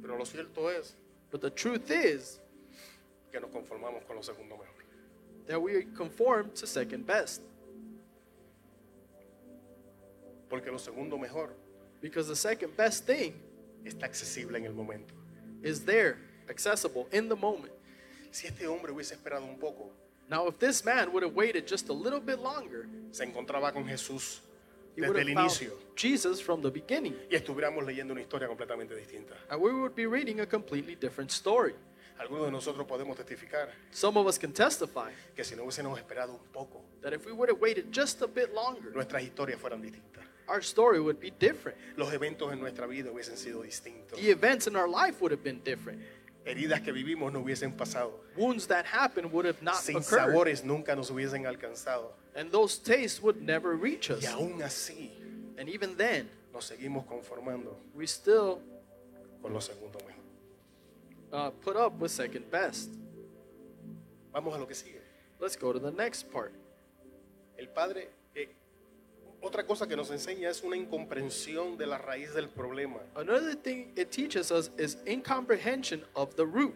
A: Pero lo cierto es
B: But the truth is
A: que nos conformamos con lo segundo mejor.
B: that we conform to second best
A: Porque lo segundo mejor
B: because the second best thing
A: está accesible en el momento.
B: is there, accessible in the moment.
A: Si este hombre hubiese esperado un poco,
B: Now, if this man would have waited just a little bit longer,
A: se encontraba con Jesús
B: he would
A: desde
B: have
A: el
B: found
A: inicio
B: Jesus from the beginning,
A: y estuviéramos leyendo una historia completamente distinta.
B: and we would be reading a completely different story.
A: Algunos de nosotros podemos testificar
B: Some of us can testify
A: que si no hubiésemos esperado un poco,
B: that if we would have waited just a bit longer,
A: nuestras historias fueran distintas.
B: our story would be different.
A: Los eventos en nuestra vida hubiesen sido distintos.
B: The events in our life would have been different.
A: Heridas que vivimos no hubiesen pasado.
B: Wounds that happened would have not
A: Sin
B: Ah, occurred,
A: sabores nunca nos hubiesen alcanzado.
B: and those tastes would never reach us.
A: Y aún así
B: And even then,
A: nos seguimos conformando
B: we still
A: con lo segundo mejor.
B: uh, put up with second best.
A: Vamos a lo que sigue.
B: Let's go to the next part.
A: El padre, eh, otra cosa que nos enseña es una incomprensión de la raíz del problema.
B: Another thing it teaches us is incomprehension of the root.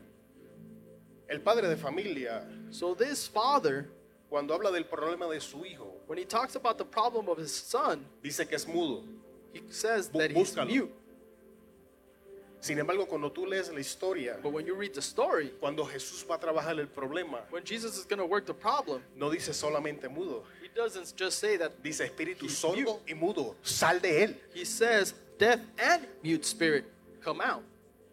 A: El padre de familia,
B: So this father,
A: cuando habla del problema de su hijo,
B: when he talks about the problem of his son,
A: dice que es mudo.
B: he says
A: Bu-
B: that he's
A: búscalo.
B: mute.
A: Sin embargo, cuando tú lees la historia,
B: But when you read the story,
A: cuando Jesús va a trabajar el problema,
B: when Jesus is going to work the problem,
A: no dice solamente mudo,
B: he doesn't just say that.
A: dice espíritu
B: He's
A: sordo y mudo, sal de él.
B: He says, "Deaf and mute spirit, come out."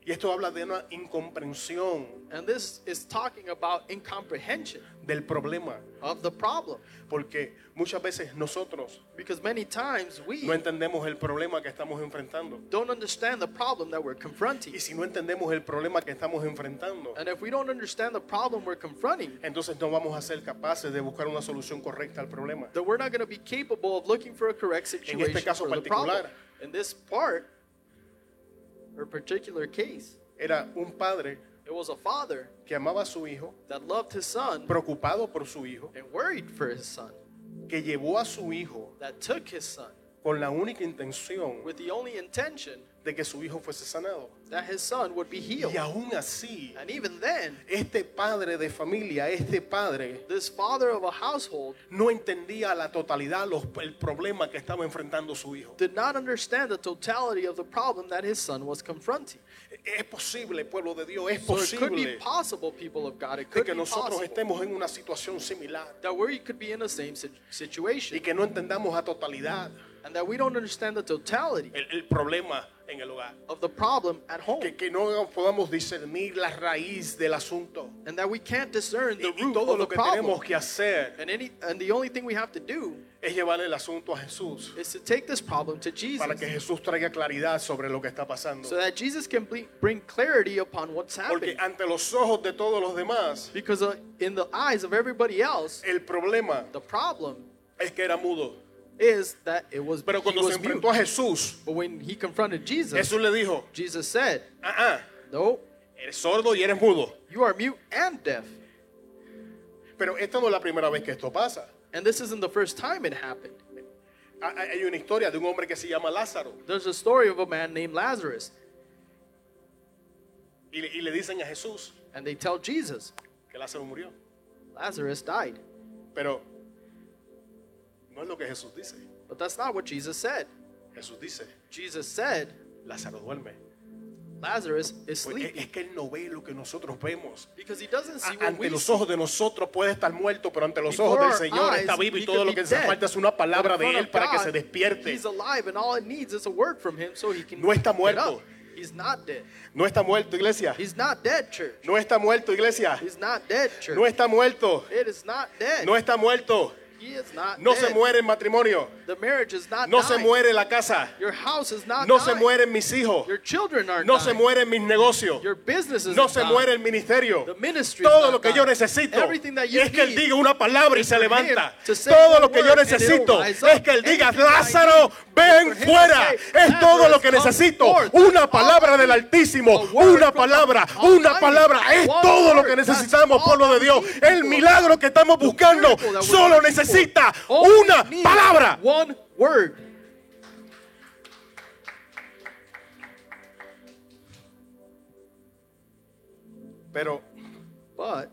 A: Y esto habla de una incomprensión
B: And this is talking about incomprehension
A: del problema,
B: of the problem.
A: porque muchas veces nosotros
B: Because many times we
A: no entendemos el problema que estamos enfrentando.
B: don't understand the problem that we're confronting.
A: Y si no entendemos el problema que estamos enfrentando,
B: And if we don't understand the problem we're confronting,
A: entonces no vamos a ser capaces de buscar una solución correcta al problema.
B: then we're not going to be capable of looking for a correct
A: este
B: situation
A: caso
B: for the problem.
A: particular.
B: In this part, or particular case,
A: Era un padre
B: it was a father
A: que amaba a su hijo,
B: that loved his son
A: preocupado por su hijo,
B: and worried for his son,
A: que llevó a su hijo
B: that took his son
A: con la única intención
B: with the only intention
A: de que su hijo fuese sanado.
B: that his son would be healed.
A: Y aún así,
B: And even then,
A: este padre de familia, este padre,
B: this father of a household
A: no entendía a la totalidad los- el problema que estaba enfrentando su hijo.
B: did not understand the totality of the problem that his son was confronting.
A: Es posible, pueblo de Dios, es
B: So it could be
A: posible
B: possible, people of God, it
A: de
B: could
A: que
B: be
A: nosotros
B: possible
A: estemos en una situación similar
B: that we could be in the same sit-
A: y
B: situation
A: que no entendamos a totalidad
B: and that we don't understand the totality
A: el, el problema en el hogar.
B: of the problem at home
A: Eh, Que, que no podamos discernir la raíz del asunto
B: and that we can't discern
A: y,
B: the
A: y
B: root
A: todo
B: of the
A: lo que tenemos
B: problem.
A: que hacer
B: And, any, and the only thing we have to do
A: es llevar el asunto a Jesús
B: is to take this problem to Jesus
A: para que Jesús traiga claridad sobre lo que está pasando.
B: so that Jesus can ble- bring clarity upon what's
A: Porque
B: happening.
A: ante los ojos de todos los demás,
B: Because uh, in the eyes of everybody else,
A: el problema
B: the problem
A: es que era mudo.
B: is that it was,
A: Pero
B: he
A: cuando se
B: was mute.
A: enfrentó a Jesús,
B: But when he confronted Jesus,
A: Jesús le dijo,
B: Jesus said,
A: ah, ah,
B: No,
A: eres sordo y eres mudo.
B: you are mute and deaf.
A: Pero esta no es la primera vez que esto pasa.
B: And this isn't the first time it happened.
A: Ha- ha- Ah, Hay una historia de un hombre que se llama Lázaro
B: There's a story of a man named Lazarus,
A: y le, y le dicen a Jesús
B: and they tell Jesus,
A: que Lázaro murió.
B: Lazarus died.
A: Pero no es lo que Jesús dice.
B: But that's not what Jesus said.
A: Jesús dice,
B: Jesus said,
A: Lázaro duerme.
B: Lazarus is
A: Pues es,
B: sleeping.
A: es que él no ve lo que nosotros vemos.
B: Because he doesn't
A: eh.
B: see
A: A-
B: what we
A: Ante los
B: see.
A: ojos de nosotros puede estar muerto, pero ante los ojos
B: Before
A: del
B: our
A: Señor está
B: eyes,
A: vivo y
B: he
A: todo
B: could
A: lo
B: be
A: que hace
B: dead.
A: falta es una palabra
B: But in
A: de Él
B: front
A: para
B: of
A: que se
B: God,
A: despierte.
B: He's alive, and all it needs is a word from him so he can
A: No está
B: get
A: muerto.
B: up. He's not dead.
A: No está muerto, iglesia.
B: He's not dead, church.
A: No está muerto, iglesia.
B: He's not dead, church.
A: No está muerto.
B: It is not dead.
A: No está muerto.
B: he is not
A: No
B: dead.
A: se muere el matrimonio.
B: The marriage is not
A: No se
B: dying.
A: muere la casa.
B: Your house is not
A: No se
B: dying.
A: mueren mis hijos.
B: Your children are
A: No
B: dying.
A: se mueren mis negocios.
B: Your business is
A: No se
B: dying.
A: muere el ministerio.
B: The ministry is
A: Todo
B: not
A: lo que yo
B: dying.
A: necesito
B: Everything that you
A: es que él
B: need
A: diga una palabra y se
B: for him
A: levanta.
B: to say
A: Todo
B: one
A: lo que yo
B: word and it'll
A: necesito
B: rise
A: es
B: up.
A: que él diga,
B: Anything I
A: Lázaro,
B: need
A: ven
B: for him to
A: fuera.
B: say,
A: Es todo lo
B: Lazarus,
A: que
B: come
A: necesito.
B: forth.
A: Una
B: All
A: palabra
B: I
A: del
B: need.
A: Altísimo.
B: A word
A: Una
B: from the
A: palabra.
B: Almighty.
A: Una palabra. Es
B: One
A: todo lo
B: word.
A: que
B: That's
A: necesitamos,
B: all
A: pueblo de
B: we
A: Dios.
B: need,
A: El
B: Lord.
A: milagro que estamos
B: The
A: buscando
B: miracle that we're
A: solo
B: looking for.
A: necesita
B: All we
A: una
B: need is
A: palabra.
B: One word.
A: Pero
B: But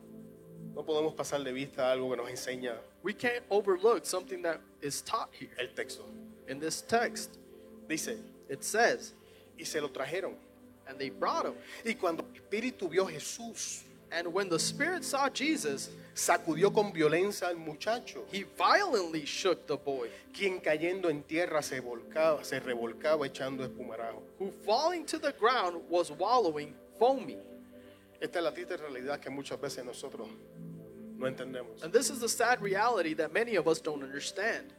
A: no podemos pasar de vista algo que nos enseña
B: we can't overlook something that is taught here
A: el texto.
B: in this text.
A: Dice,
B: It says,
A: y se lo trajeron.
B: and they brought him.
A: Y cuando el espíritu vio a Jesús,
B: And when the spirit saw Jesus,
A: sacudió con violencia al muchacho,
B: he violently shook the boy,
A: quien cayendo en tierra se volcaba, se revolcaba echando espumarajo.
B: who falling to the ground was wallowing, foaming.
A: Esta es la triste realidad que muchas veces nosotros no entendemos.
B: And this is the sad reality that many of us don't understand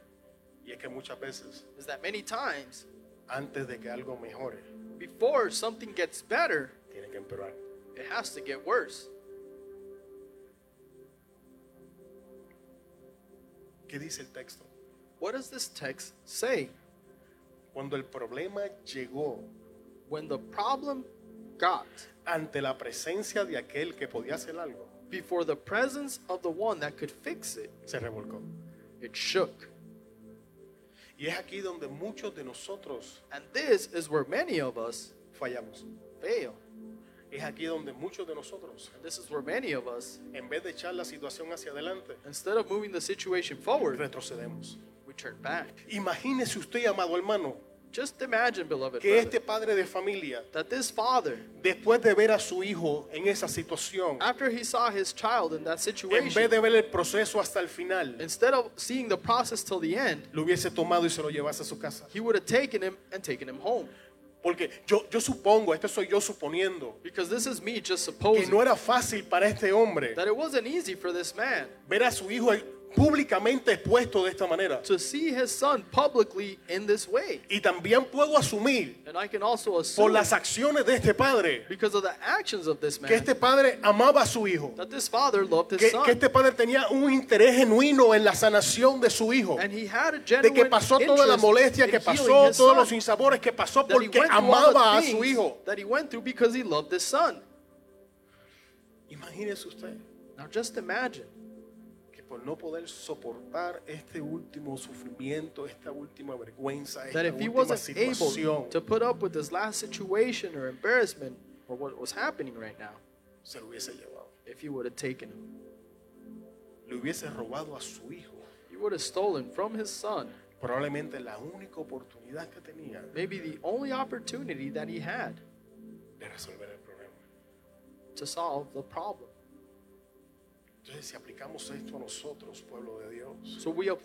A: Y es que muchas veces,
B: is that many times
A: antes de que algo mejore,
B: before something gets better,
A: tiene que empeorar.
B: it has to get worse.
A: ¿Qué dice el texto?
B: What does this text say?
A: Cuando el problema llegó
B: When the problem got
A: ante la presencia de aquel que podía hacer algo,
B: before the presence of the one that could fix it,
A: se revolcó.
B: it shook.
A: Y es aquí donde muchos de nosotros
B: And this is where many of us
A: fallamos.
B: fail.
A: Es aquí donde muchos de nosotros,
B: And this is where many of us,
A: en vez de echar la situación hacia adelante,
B: instead of moving the situation forward,
A: retrocedemos.
B: we turn back.
A: Imagínese usted, amado hermano,
B: Just imagine, beloved,
A: que
B: brother,
A: este padre de familia,
B: that this father,
A: después de ver a su hijo en esa situación,
B: after he saw his child in that
A: en vez
B: situation,
A: de ver el proceso hasta el final,
B: instead of seeing the process till the end,
A: lo hubiese tomado y se lo llevase a su casa.
B: he would have taken him and taken him home.
A: Porque yo, yo supongo, este soy yo suponiendo,
B: Because this is me just
A: que
B: supposing
A: no era fácil para este hombre
B: that it wasn't easy for this man
A: ver a su hijo públicamente expuesto de esta manera.
B: to see his son publicly in this way.
A: Y también puedo asumir
B: And I can also
A: por
B: assume
A: las acciones de este padre
B: because of the actions of this man
A: que este padre amaba a su hijo.
B: that this father loved his
A: Que,
B: son.
A: que este padre tenía un interés genuino en la sanación de su hijo.
B: and he had a genuine
A: De que pasó toda la
B: interest
A: molestia
B: in
A: que
B: healing
A: pasó, todos
B: his son,
A: los insabores que pasó
B: that he
A: porque
B: went through all the
A: amaba a su
B: things
A: hijo.
B: that he went through because he loved his son.
A: Imagínese usted
B: Now just imagine
A: que por no poder soportar este último sufrimiento, esta última vergüenza, esta
B: that if he
A: última
B: wasn't able
A: situación,
B: to put up with this last situation or embarrassment or what was happening right now,
A: se lo hubiese llevado.
B: if you would have taken him,
A: Le hubiese robado a su hijo.
B: you would have stolen from his son
A: Probablemente la única oportunidad que tenía
B: maybe the only opportunity that he had
A: de resolver el problema.
B: to solve the problem.
A: Entonces, si aplicamos esto a nosotros, pueblo de Dios,
B: So we ap-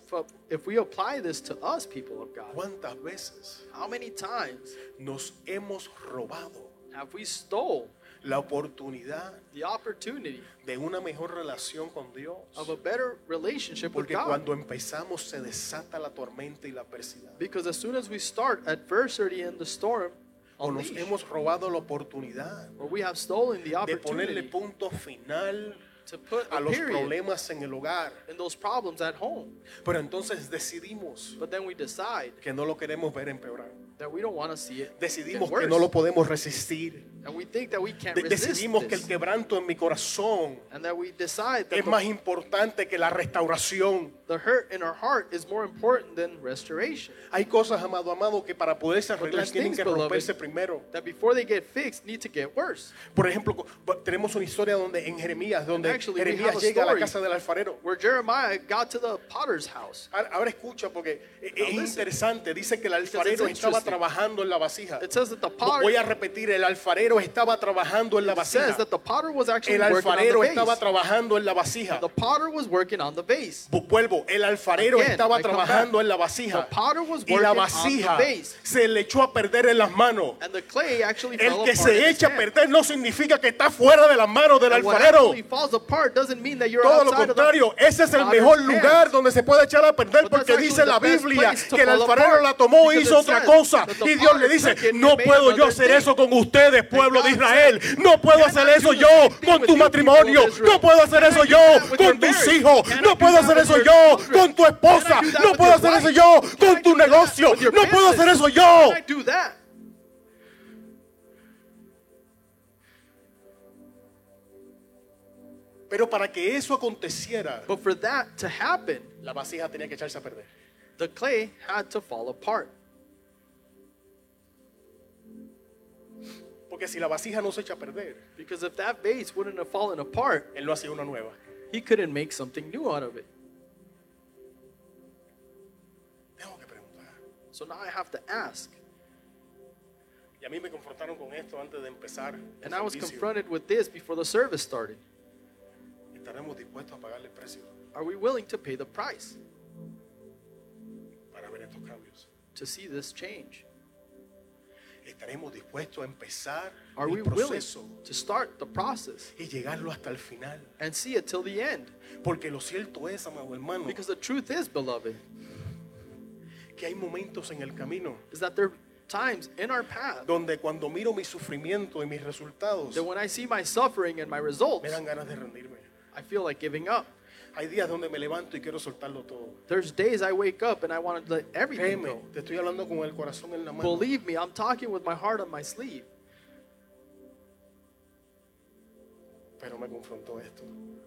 B: if we apply this to us, people of God,
A: ¿cuántas veces
B: how many times
A: nos hemos robado
B: have we stole
A: la oportunidad
B: the opportunity
A: de una mejor relación con Dios?
B: of a better relationship with
A: Porque
B: God?
A: cuando empezamos se desata la tormenta y la adversidad.
B: Because as soon as we start adversity and the storm,
A: O nos
B: unleash,
A: hemos robado la oportunidad
B: or we have stolen the
A: de ponerle
B: opportunity
A: punto final
B: to put
A: a
B: a
A: los
B: period
A: problemas en el hogar.
B: in those problems at home,
A: Pero entonces decidimos
B: but then we decide
A: que no lo queremos ver empeorar.
B: that we don't want to see it. get
A: Decidimos que
B: worse.
A: no lo podemos resistir.
B: and we think that we can't
A: De-
B: resist
A: decidimos que
B: this,
A: el quebranto en mi corazón
B: and that we decide that
A: es
B: the
A: más importante que la restauración.
B: The hurt in our heart is more important than restoration.
A: Hay cosas, amado, amado, que para poderse arreglar
B: there's
A: tienen
B: things,
A: que
B: beloved.
A: romperse primero.
B: That before they get fixed, need to get worse.
A: Por ejemplo, co- bo- tenemos una historia donde en Jeremías, donde
B: Actually, we have
A: Jeremías
B: a
A: llega a la
B: story.
A: casa del alfarero.
B: Where Jeremiah got to the potter's house.
A: Ahora ahora escucha porque e- es
B: listen.
A: interesante. Dice que el
B: it's
A: alfarero estaba
B: interesting.
A: trabajando en la vasija.
B: It says that the
A: Vo- Voy
B: potter
A: a repetir, el alfarero estaba trabajando en la
B: it says
A: vasija.
B: that the potter was actually
A: El
B: working on
A: alfarero
B: the
A: estaba
B: vase.
A: trabajando en la vasija.
B: The potter was working on the vase.
A: Vu- Vuelvo, el alfarero
B: Again,
A: estaba
B: I come
A: trabajando
B: back.
A: en la vasija.
B: The potter was
A: Y la
B: working on the
A: vasija
B: vase.
A: se le echó a perder en las manos.
B: And the clay actually
A: El
B: fell
A: que
B: apart. in
A: se
B: his
A: echa a
B: hand.
A: perder no significa que está fuera de las manos del
B: And what
A: alfarero.
B: actually falls apart doesn't mean that you're
A: Todo lo
B: outside
A: contrario,
B: of the
A: ese es el
B: potter's
A: mejor
B: hands.
A: lugar donde se puede echar a perder
B: But that's
A: porque
B: actually
A: dice la
B: the best
A: Biblia
B: place to
A: que el
B: fall
A: alfarero
B: apart,
A: la tomó e
B: because
A: hizo
B: it
A: otra
B: says
A: cosa
B: that the
A: y Dios le
B: potter
A: dice,
B: took it and
A: no
B: made
A: puedo yo
B: another
A: hacer
B: thing."
A: eso con ustedes, pueblo de
B: God
A: Israel,
B: said,
A: no puedo
B: "Can I
A: hacer
B: do
A: eso
B: the
A: yo
B: same thing
A: con
B: with
A: tu
B: you,
A: matrimonio,
B: people of Israel?
A: no puedo hacer
B: Can I
A: eso
B: do
A: yo
B: that with
A: con
B: your
A: tus
B: marriage?
A: hijos,
B: Can I
A: no
B: do
A: puedo
B: that
A: hacer
B: with
A: eso
B: your
A: yo
B: children?
A: con tu
B: Can I do
A: esposa,
B: that
A: no
B: with
A: puedo
B: your
A: hacer eso
B: wife?
A: yo
B: Can
A: con
B: I
A: tu
B: do that
A: negocio,
B: with your
A: no puedo hacer
B: business?
A: eso yo.
B: Can I do that?
A: Pero para que eso aconteciera,
B: But for that to happen,
A: la vasija tenía que echarse a perder.
B: the clay had to fall apart.
A: Porque si la vasija no se echa a perder,
B: Because if that vase wouldn't have fallen apart,
A: él no hacía una nueva.
B: he couldn't make something new out of it.
A: Tengo que preguntar.
B: So now I have to ask.
A: Y a mí me confrontaron con esto antes de empezar. el
B: And I was
A: servicio.
B: confronted with this before the service started.
A: Estaremos dispuestos a pagarle el precio
B: Are we willing to pay the price
A: para ver estos cambios.
B: to see this change?
A: Estaremos dispuestos a empezar
B: Are we
A: el
B: willing
A: proceso
B: to start the process
A: y llegarlo hasta el final.
B: and see it till the end?
A: Porque lo cierto es, amado hermano,
B: Because the truth is, beloved,
A: que hay momentos en el camino
B: is that there are times in our path
A: donde cuando miro mi sufrimiento y mis resultados,
B: that when I see my suffering and my results,
A: me dan ganas de rendirme.
B: I feel like giving up.
A: Hay días donde me levanto y quiero soltarlo todo.
B: There's days I wake up and I want to let everything
A: Créeme,
B: go.
A: te estoy hablando con el corazón en la mano.
B: Believe me, I'm talking with my heart on my sleeve.
A: Pero me confrontó esto.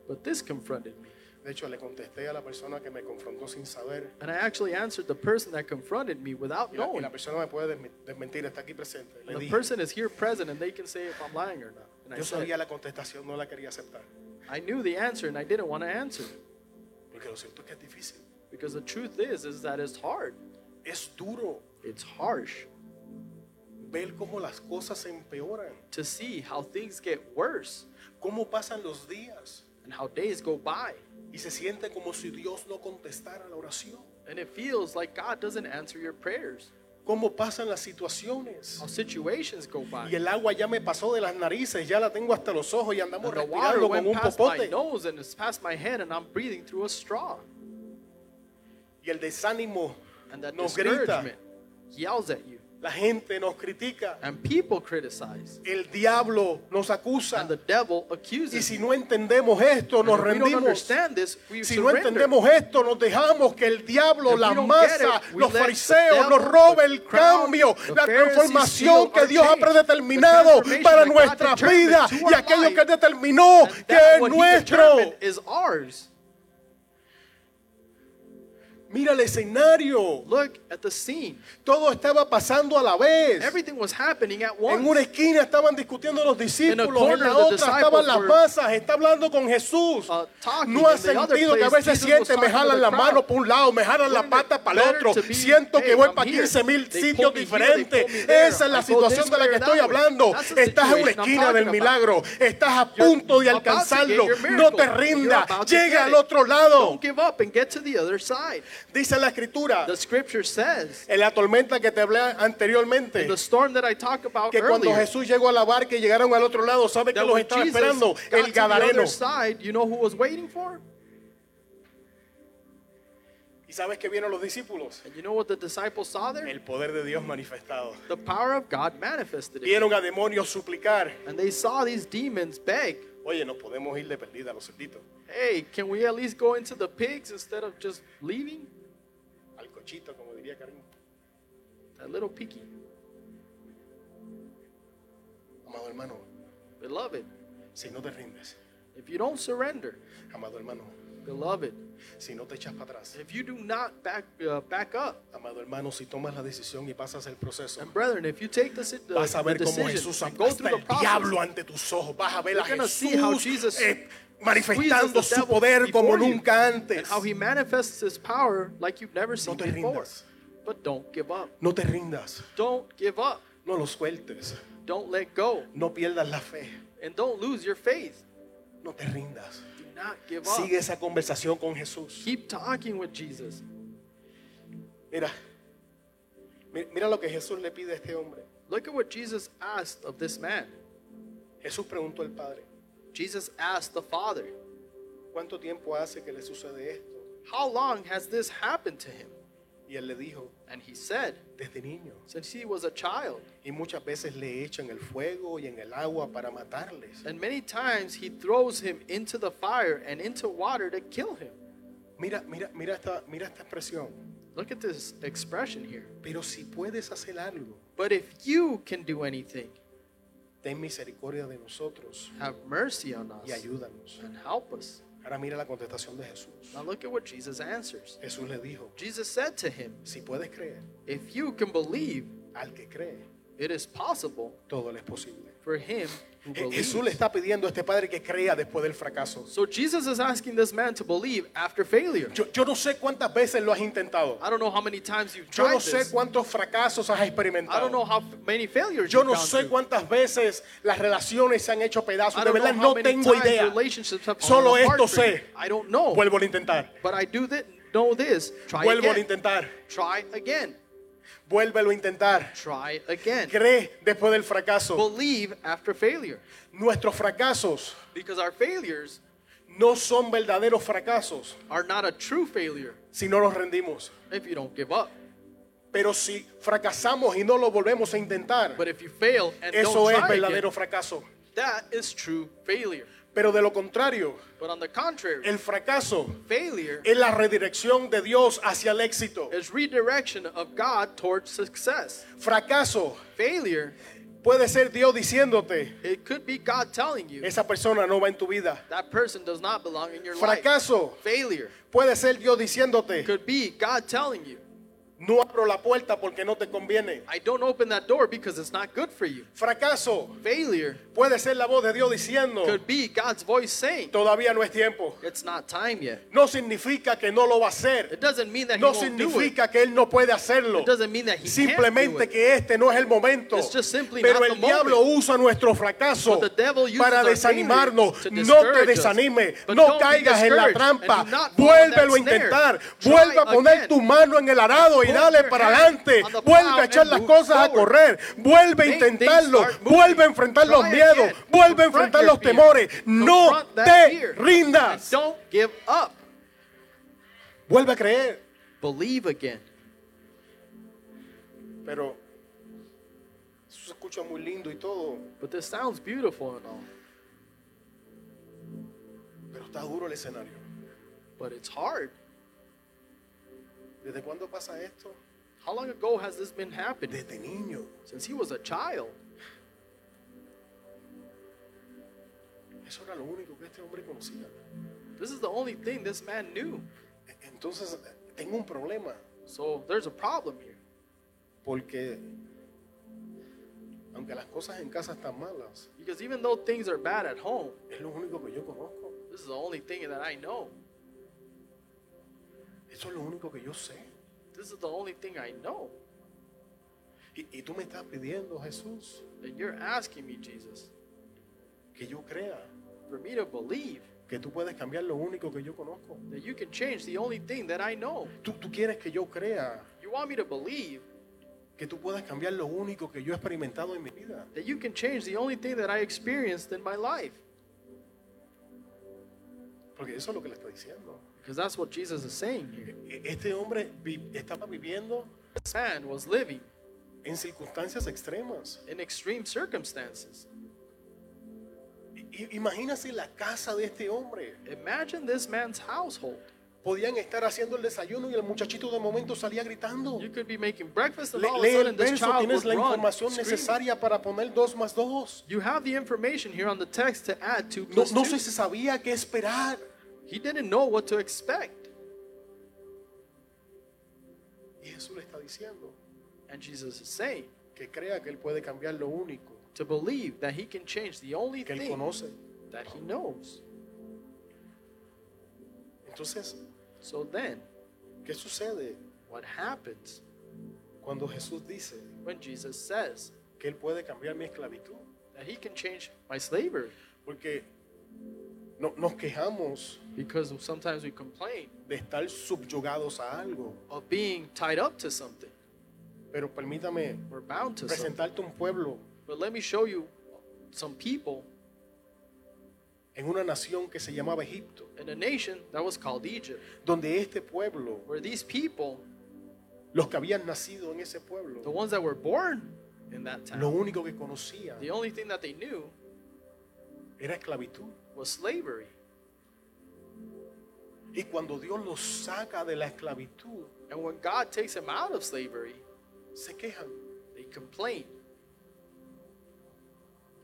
B: But this confronted me.
A: De hecho, le contesté a la persona que me confrontó sin saber.
B: And I actually answered the person that confronted me without
A: Y la, y
B: knowing.
A: la persona me puede desmi- desmentir, está aquí presente. Le
B: And the
A: dije,
B: person is here present and they can say if I'm lying or not. And I
A: yo sabía
B: said,
A: la contestación, no la quería aceptar.
B: I knew the answer and I didn't want to answer.
A: Porque lo cierto es que es difícil.
B: Because the truth is, is that it's hard.
A: Es duro
B: It's harsh
A: ver cómo las cosas se empeoran,
B: to see how things get worse
A: cómo pasan los días
B: and how days go by.
A: y se siente como si Dios no contestara la oración.
B: And it feels like God doesn't answer your prayers.
A: cómo pasan las situaciones.
B: Our situations go by.
A: Y el agua ya me pasó de las narices, ya la tengo hasta los ojos y andamos
B: And the water
A: respirando con
B: went
A: un
B: past my
A: popote.
B: nose and it's past my head, and I'm breathing through a straw.
A: Y el desánimo
B: And that
A: nos grita.
B: discouragement yells at you.
A: La gente nos critica.
B: And people criticize.
A: El diablo nos acusa.
B: And the devil
A: Y
B: accuses
A: si
B: you.
A: no entendemos esto,
B: And
A: nos
B: if we don't
A: rendimos.
B: understand this, we
A: Si no
B: surrender.
A: entendemos esto, nos dejamos que el diablo,
B: If we
A: la
B: don't get
A: masa,
B: it, we
A: los
B: let the
A: fariseos
B: devil,
A: nos robe
B: the
A: el
B: crowd,
A: cambio,
B: the
A: la
B: Pharisees
A: transformación
B: steal
A: que
B: our
A: Dios ha
B: change,
A: predeterminado
B: the transformation
A: para
B: that God
A: nuestras
B: determined
A: vidas
B: to
A: y
B: our
A: aquello
B: life,
A: que determinó
B: And
A: que
B: that
A: es
B: what he
A: nuestro.
B: determined is ours.
A: Mira el escenario.
B: Look at the scene.
A: Todo estaba pasando a la vez.
B: Everything was happening at once.
A: En una esquina estaban discutiendo los discípulos, en
B: corner,
A: la
B: the
A: otra
B: disciples
A: estaban las
B: were,
A: masas, está hablando con Jesús.
B: uh, talking.
A: No ha
B: In the other
A: sentido que a
B: place,
A: veces
B: Jesus was
A: siente, me
B: talking to
A: jalan
B: the
A: la
B: crowd.
A: mano por un lado, me jalan la
B: Wouldn't it
A: pata para
B: better
A: el otro,
B: to be,
A: siento que
B: hey,
A: voy
B: I'm
A: para
B: here.
A: 15 mil
B: They
A: sitios
B: pulled me here, they
A: diferentes.
B: pulled me there.
A: Esa es la
B: I go this
A: situación de la
B: way
A: que
B: or that
A: estoy
B: way.
A: hablando.
B: That's the
A: Estás en una
B: situation I'm
A: esquina del
B: talking about.
A: milagro, estás a
B: You're
A: punto de
B: about to get
A: alcanzarlo,
B: your miracle.
A: no te
B: You're
A: rindas,
B: about to get
A: llega al
B: it.
A: otro lado.
B: Don't give up and get to the other side.
A: Dice la escritura,
B: The scripture says,
A: en la tormenta que te hablé anteriormente,
B: the storm that I talked about
A: Eh. que cuando
B: earlier,
A: Jesús llegó a la barca y llegaron al otro lado, ¿sabe que
B: that
A: los
B: when
A: estaba
B: Jesus
A: esperando?
B: got
A: El
B: to the
A: Gadareno.
B: other side, you know who was waiting for?
A: ¿Y sabes que vieron los discípulos?
B: And you know what the disciples saw there?
A: El poder de Dios manifestado.
B: The power of God manifested. it.
A: Vieron a demonios suplicar.
B: And they saw these demons beg,
A: Oye, nos podemos ir de perdida a los cerditos,
B: hey, can we at least go into the pigs instead of just leaving?
A: al cochito, como diría Karim.
B: That little picky.
A: Amado hermano,
B: Beloved,
A: si no te rindes,
B: if you don't surrender,
A: amado hermano,
B: beloved,
A: si no te echas para atrás,
B: if you do not back, uh, back up,
A: amado hermano, si tomas la decisión y pasas el proceso,
B: And brethren, if you take the, si- the,
A: vas a
B: the
A: ver cómo
B: decision
A: Jesús
B: and go
A: aplasta
B: through the
A: el
B: process,
A: diablo ante tus ojos, vas a ver a
B: you're gonna see how
A: Jesús
B: Jesus
A: eh,
B: squeezes
A: manifestando
B: the
A: su
B: devil
A: poder como
B: before you,
A: nunca
B: and
A: antes.
B: how he manifests his power like you've never seen
A: te
B: before.
A: rindas.
B: But don't give up.
A: No te rindas,
B: Don't give up.
A: no lo sueltes,
B: Don't let go.
A: no pierdas la fe,
B: And don't lose your faith.
A: no te rindas.
B: Do not give up.
A: Sigue esa conversación con Jesús.
B: Keep talking with Jesus.
A: Mira, mi- mira lo que Jesús le pide a este hombre.
B: Look at what Jesus asked of this man.
A: Jesús preguntó al Padre,
B: Jesus asked the Father,
A: ¿cuánto tiempo hace que le sucede esto?
B: How long has this happened to him?
A: Y él le dijo,
B: And he said,
A: desde niño.
B: Since he was a child.
A: Y muchas veces le echan el fuego y en el agua para matarles.
B: And many times he throws him into the fire and into water to kill him.
A: Mira, mira, mira esta, mira esta expresión.
B: Look at this expression here.
A: Pero si puedes hacer algo,
B: But if you can do anything,
A: ten misericordia de nosotros
B: have mercy on us
A: y ayúdanos.
B: and help us.
A: Ahora mira la contestación de Jesús.
B: Now look at what Jesus answers.
A: Jesús le dijo,
B: Jesus said to him,
A: si puedes creer,
B: If you can believe,
A: al que cree,
B: it is possible
A: todo le es posible.
B: for him who
A: Je-
B: believes.
A: Eh, Jesús le está pidiendo a este padre que crea después del fracaso.
B: So Jesus is asking this man to believe after failure.
A: Yo, yo no sé cuántas veces lo has intentado.
B: I don't know how many times you've
A: Yo
B: tried
A: no sé
B: this.
A: cuántos fracasos has
B: I don't know
A: experimentado.
B: how f- many failures
A: Yo
B: you've
A: no
B: gone
A: sé
B: through.
A: cuántas veces las relaciones se han hecho pedazos.
B: I
A: De
B: don't
A: verdad
B: know how
A: no
B: many
A: tengo
B: times
A: idea.
B: relationships have
A: Solo
B: fallen apart
A: esto
B: for you.
A: sé.
B: I don't know.
A: Vuelvo a intentar.
B: but I do that, know this. Try
A: Vuelvo a
B: again.
A: intentar.
B: Try again.
A: Vuélvelo a intentar.
B: Try again.
A: Cree después del fracaso.
B: Believe after failure.
A: Nuestros fracasos
B: Because our failures
A: no son verdaderos fracasos
B: are not a true failure
A: si no nos rendimos.
B: if you don't give up.
A: Pero si fracasamos y no lo volvemos a intentar,
B: But if you fail and
A: eso
B: don't
A: es
B: try again,
A: verdadero fracaso.
B: that is true failure.
A: Pero de lo contrario,
B: But on the contrary,
A: el fracaso
B: failure
A: es la redirección de Dios hacia el éxito.
B: is redirection of God towards success.
A: Fracaso
B: Failure,
A: puede ser Dios diciéndote,
B: it could be God telling you
A: esa persona no va en tu vida.
B: that person does not belong in your life.
A: Fracaso
B: Failure
A: puede ser Dios diciéndote,
B: could be God telling you,
A: no abro la puerta porque no te conviene.
B: I don't open that door because it's not good for you.
A: Fracaso
B: Failure
A: puede ser la voz de Dios diciendo,
B: could be God's voice saying,
A: todavía no es tiempo.
B: It's not time yet.
A: No significa que no lo va a hacer.
B: It doesn't mean that he
A: No
B: won't do it.
A: significa que él no puede hacerlo.
B: It doesn't mean that he can't do
A: Simplemente
B: it.
A: que este no es el momento.
B: It's just simply
A: Pero
B: not
A: el
B: the
A: diablo usa nuestro fracaso
B: But the devil uses
A: para
B: our
A: desanimarnos.
B: failures to
A: No te
B: discourage us.
A: desanimes,
B: But
A: no
B: don't be
A: caigas en la
B: discouraged
A: trampa.
B: and do not fall in that
A: Vuélvelo a
B: snare.
A: intentar.
B: Try
A: Vuelve a poner
B: again.
A: tu mano en el arado y y dale
B: your
A: para
B: hand
A: adelante.
B: on the
A: Vuelve
B: plow
A: a echar
B: and
A: las
B: move
A: cosas a
B: forward.
A: correr. Vuelve a
B: Make things
A: intentarlo.
B: start moving.
A: Vuelve a enfrentar los
B: Try
A: miedos.
B: again.
A: Vuelve a
B: Confront
A: enfrentar
B: your
A: los
B: fear.
A: temores. No
B: Confront that
A: te
B: fear.
A: rindas.
B: And don't give up.
A: Vuelve a creer.
B: Believe again.
A: Pero eso se escucha muy lindo y todo,
B: But this sounds beautiful and all,
A: pero está duro el escenario.
B: but it's hard.
A: ¿Desde cuándo pasa esto?
B: How long ago has this been happening?
A: Desde niño.
B: Since he was a child.
A: Eso era lo único que este hombre conocía.
B: This is the only thing this man knew.
A: E- Entonces, tengo un problema.
B: So there's a problem here.
A: Porque aunque las cosas en casa están malas,
B: Because even though things are bad at home,
A: es lo único que yo conozco.
B: this is the only thing that I know.
A: Eso es lo único que yo sé.
B: This is the only thing I know.
A: Y, y tú me estás pidiendo, Jesús,
B: And you're asking me, Jesus,
A: que yo crea
B: for me to believe
A: que tú puedes cambiar lo único que yo conozco.
B: that you can change the only thing that I know.
A: Tú, tú quieres que yo crea
B: You want me to believe
A: que tú puedes cambiar lo único que yo he experimentado en mi vida.
B: that you can change the only thing that I experienced in my life.
A: Porque eso es lo que le está diciendo.
B: Because that's what Jesus is saying here.
A: E- Este hombre vi- estaba viviendo
B: This man was living
A: en circunstancias extremas.
B: in extreme circumstances.
A: I- i- Imagínate la casa de este hombre.
B: Imagine this man's household.
A: Podían estar haciendo el desayuno y el muchachito de momento salía gritando.
B: You could be making breakfast and
A: Le-
B: all of a
A: lee
B: sudden
A: el
B: this
A: verso,
B: child
A: tienes
B: would
A: la
B: run,
A: información
B: screaming.
A: necesaria para poner dos más dos.
B: You have the information here on the text to add two
A: No,
B: plus
A: no
B: two.
A: se sabía qué esperar.
B: He didn't know what to expect.
A: Y Jesús le está diciendo
B: And Jesus is saying
A: que crea que él puede cambiar lo único
B: to believe that he can change the only
A: que él
B: thing
A: conoce.
B: that he knows.
A: Entonces,
B: So then,
A: ¿qué sucede
B: what happens
A: cuando Jesús dice
B: when Jesus says
A: que él puede cambiar mi esclavitud?
B: that he can change my slavery?
A: Porque no- nos quejamos
B: Because sometimes we complain
A: de estar subyugados a algo.
B: of being tied up to something.
A: Pero permítame
B: We're bound to something.
A: presentarte un pueblo
B: But let me show you some people
A: en una nación que se llamaba Egipto,
B: in a nation that was called Egypt,
A: donde este pueblo,
B: where these people,
A: los que habían nacido en ese pueblo,
B: the ones that were born in that
A: Lo
B: town,
A: único que conocía
B: the only thing that they knew
A: era esclavitud.
B: was slavery.
A: Y cuando Dios los saca de la esclavitud,
B: And when God takes them out of slavery,
A: se quejan,
B: they complain.